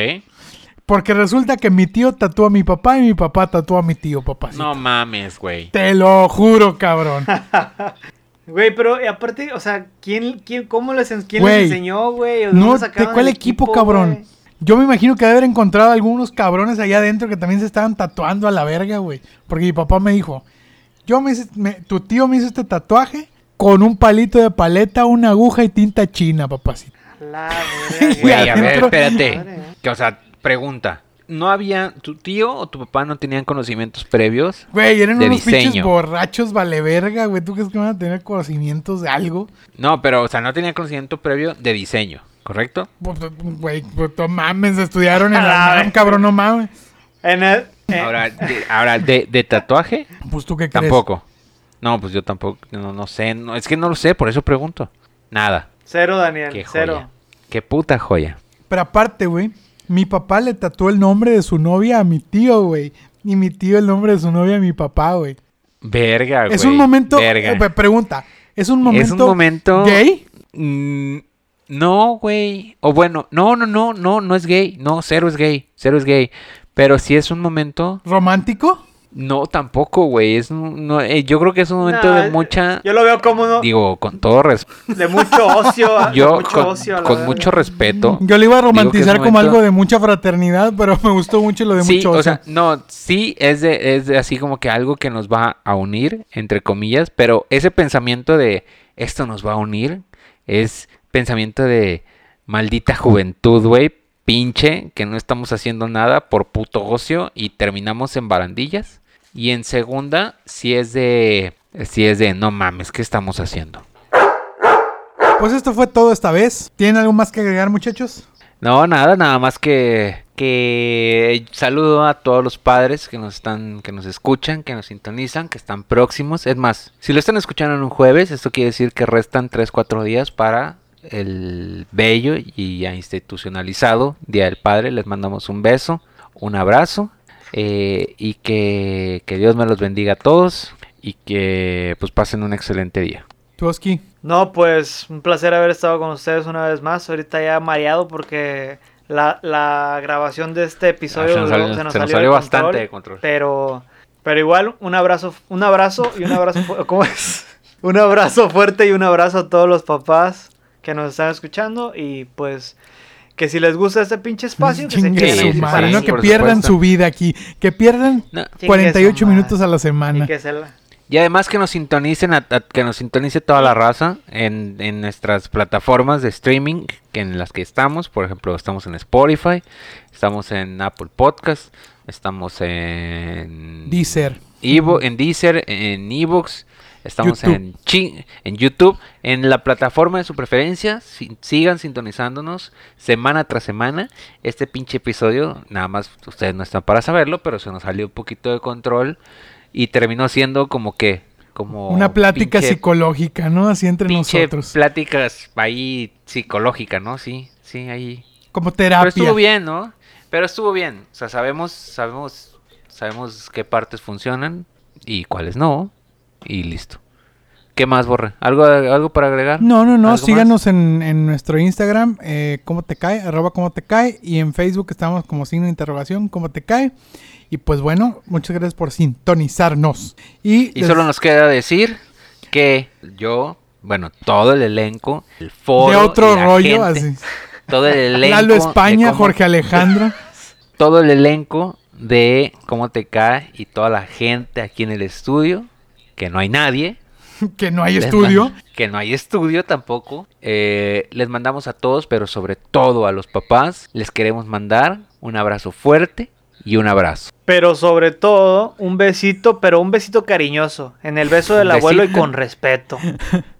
Porque resulta que mi tío tatúa a mi papá y mi papá tatúa a mi tío, papá.
No mames, güey.
Te lo juro, cabrón.
Güey, pero eh, aparte, o sea, ¿quién, quién, cómo les, en- quién
Güey.
les enseñó, güey? ¿O dónde
No, ¿de
sacaron
cuál
el
equipo, cabrón?
güey?
Yo me imagino que debe haber encontrado algunos cabrones allá adentro que también se estaban tatuando a la verga, güey. Porque mi papá me dijo, yo me hice- me- tu tío me hizo este tatuaje con un palito de paleta, una aguja y tinta china, papacito.
La
Güey,
verga.
a ver,
adentro-
espérate.
Madre.
Que, o sea, pregunta. ¿No había tu tío o tu papá no tenían conocimientos previos?
Güey, eran
De
unos pinches
diseño.
borrachos vale verga, güey. ¿Tú crees que van a tener conocimientos de algo?
No, pero, o sea, no tenían conocimiento previo de diseño, ¿correcto?
Pues, pues, Güey, pues no mames, estudiaron en
A la
la UNAM,
vez.
cabrón, no mames.
En el- eh,
Ahora, de, ahora, de, de tatuaje,
Pues tú qué crees.
tampoco. No, pues yo tampoco, no, no sé, no, es que no lo sé, por eso pregunto. Nada.
Cero, Daniel,
Qué
cero.
joya. Qué puta joya.
Pero aparte, güey, mi papá le tatuó el nombre de su novia a mi tío, güey. Y mi tío el nombre de su novia a mi papá, güey.
Verga, Ah, güey.
Es un momento.
Verga.
eh, pregunta. ¿Es un momento.
Es un momento-
¿Gay?
Mm, no, güey. O bueno, no, no, no, no, no es gay. No, cero es gay. Cero es gay. Pero si es un momento.
¿Romántico?
No, tampoco, güey. Es un- no, eh, yo creo que es un momento
No,
de mucha.
Yo lo veo como uno
Digo, con todo respeto.
de mucho ocio.
Yo,
de Ah, mucho
con,
ocio, a la
con
verga.
mucho respeto.
Yo lo iba a
Digo que es
romantizar como
momento-
algo de mucha fraternidad, pero me gustó mucho lo de
Sí,
mucho
o
ocio.
sea, no, sí es de, es de así como que algo que nos va a unir, entre comillas, pero ese pensamiento de esto nos va a unir es pensamiento de maldita juventud, güey, pinche, que no estamos haciendo nada por puto ocio y terminamos en barandillas. Y en segunda, si es de, si es de, no mames, ¿qué estamos haciendo?
Pues esto fue todo esta vez. ¿Tienen algo más que agregar, muchachos?
No, nada, nada más que, que saludo a todos los padres que nos están, que nos escuchan, que nos sintonizan, que están próximos. Es más, si lo están escuchando en un jueves, esto quiere decir que restan 3, 4 días para el bello y ya institucionalizado Día del Padre. Les mandamos un beso, un abrazo eh, y que, que Dios me los bendiga a todos y que pues pasen un excelente día.
Tuoski.
No, pues un placer haber estado con ustedes una vez más. Ahorita ya mareado porque la, la grabación de este episodio
Ah, se nos
duró-
salió- se nos salió
de
bastante
control,
de control.
Pero, pero igual, un abrazo, un abrazo y un abrazo. fu- ¿Cómo es? Un abrazo fuerte y un abrazo a todos los papás que nos están escuchando. Y pues, que si les gusta este pinche espacio, que se
Chingue
queden
Sí,
su
aquí
madre,
para
no que
sí,
siempre.
por
pierdan
supuesto.
su vida aquí. Que pierdan
No.
Chingue su
48
madre.
minutos a la
Y
semana.
que se la-
Y además que nos sintonicen, a- a- que nos sintonice toda la raza en, en nuestras plataformas de streaming que en las que estamos. Por ejemplo, estamos en Spotify, estamos en Apple Podcast, estamos en
Deezer.
Evo- en Deezer, en Evox, estamos
YouTube.
en chi- en YouTube, en la plataforma de su preferencia. si- sigan sintonizándonos semana tras semana. Este pinche episodio, nada más ustedes no están para saberlo, pero se nos salió un poquito de control y terminó siendo como que como
Una plática
pinche-
psicológica, ¿no? Así entre
pinche
nosotros.
pláticas ahí psicológica, ¿no? Sí, sí, ahí
Como
pero
terapia.
estuvo bien, ¿no? Pero estuvo bien. O sea, sabemos, sabemos, sabemos qué partes funcionan y cuáles no. Y listo. ¿Qué más, Borre? ¿Algo, algo para agregar?
No, no, no.
¿Algo
Síganos en, en nuestro Instagram, eh, cómo te cae, arroba cómo te cae. Y en Facebook estamos como signo de interrogación, cómo te cae. Y pues bueno, muchas gracias por sintonizarnos. Y,
Y
les-
solo nos queda decir que yo, bueno, todo el elenco, el foro.
de
y
otro
la
rollo,
gente,
así.
Todo el elenco.
Lalo
de
España,
cómo-
Jorge Alejandro.
Todo el elenco de cómo te cae y toda la gente aquí en el estudio, que no hay nadie.
que no hay
Les
estudio.
manda- Que no hay estudio tampoco. Eh, les mandamos a todos, pero sobre todo a los papás. Les queremos mandar un abrazo fuerte y un abrazo.
Pero sobre todo, un besito, pero un besito cariñoso. En el beso del
Un
abuelo y
besito.
con respeto.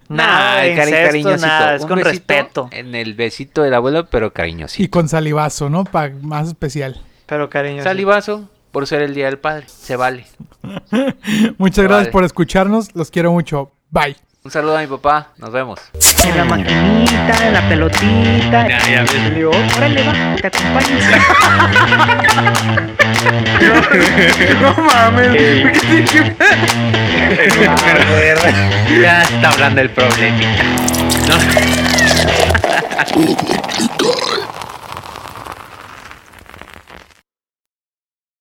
Nada, de
el cari-
incesto,
cariñosito.
nada, es
Un
con
besito
respeto.
En el besito del abuelo, pero
Y
cariñosito.
con salivazo, ¿no? Para más especial.
Pero cariño. sí.
Salivazo por ser el Día del Padre. Se vale.
Muchas
Vale.
gracias por escucharnos. Los quiero mucho. Bye.
Un saludo a mi papá. Nos vemos.
En la maquinita, en la pelotita.
Ya, ya ves.
Órale, va, te acompaño.
No mames.
Ya está hablando el problemita. ¿no?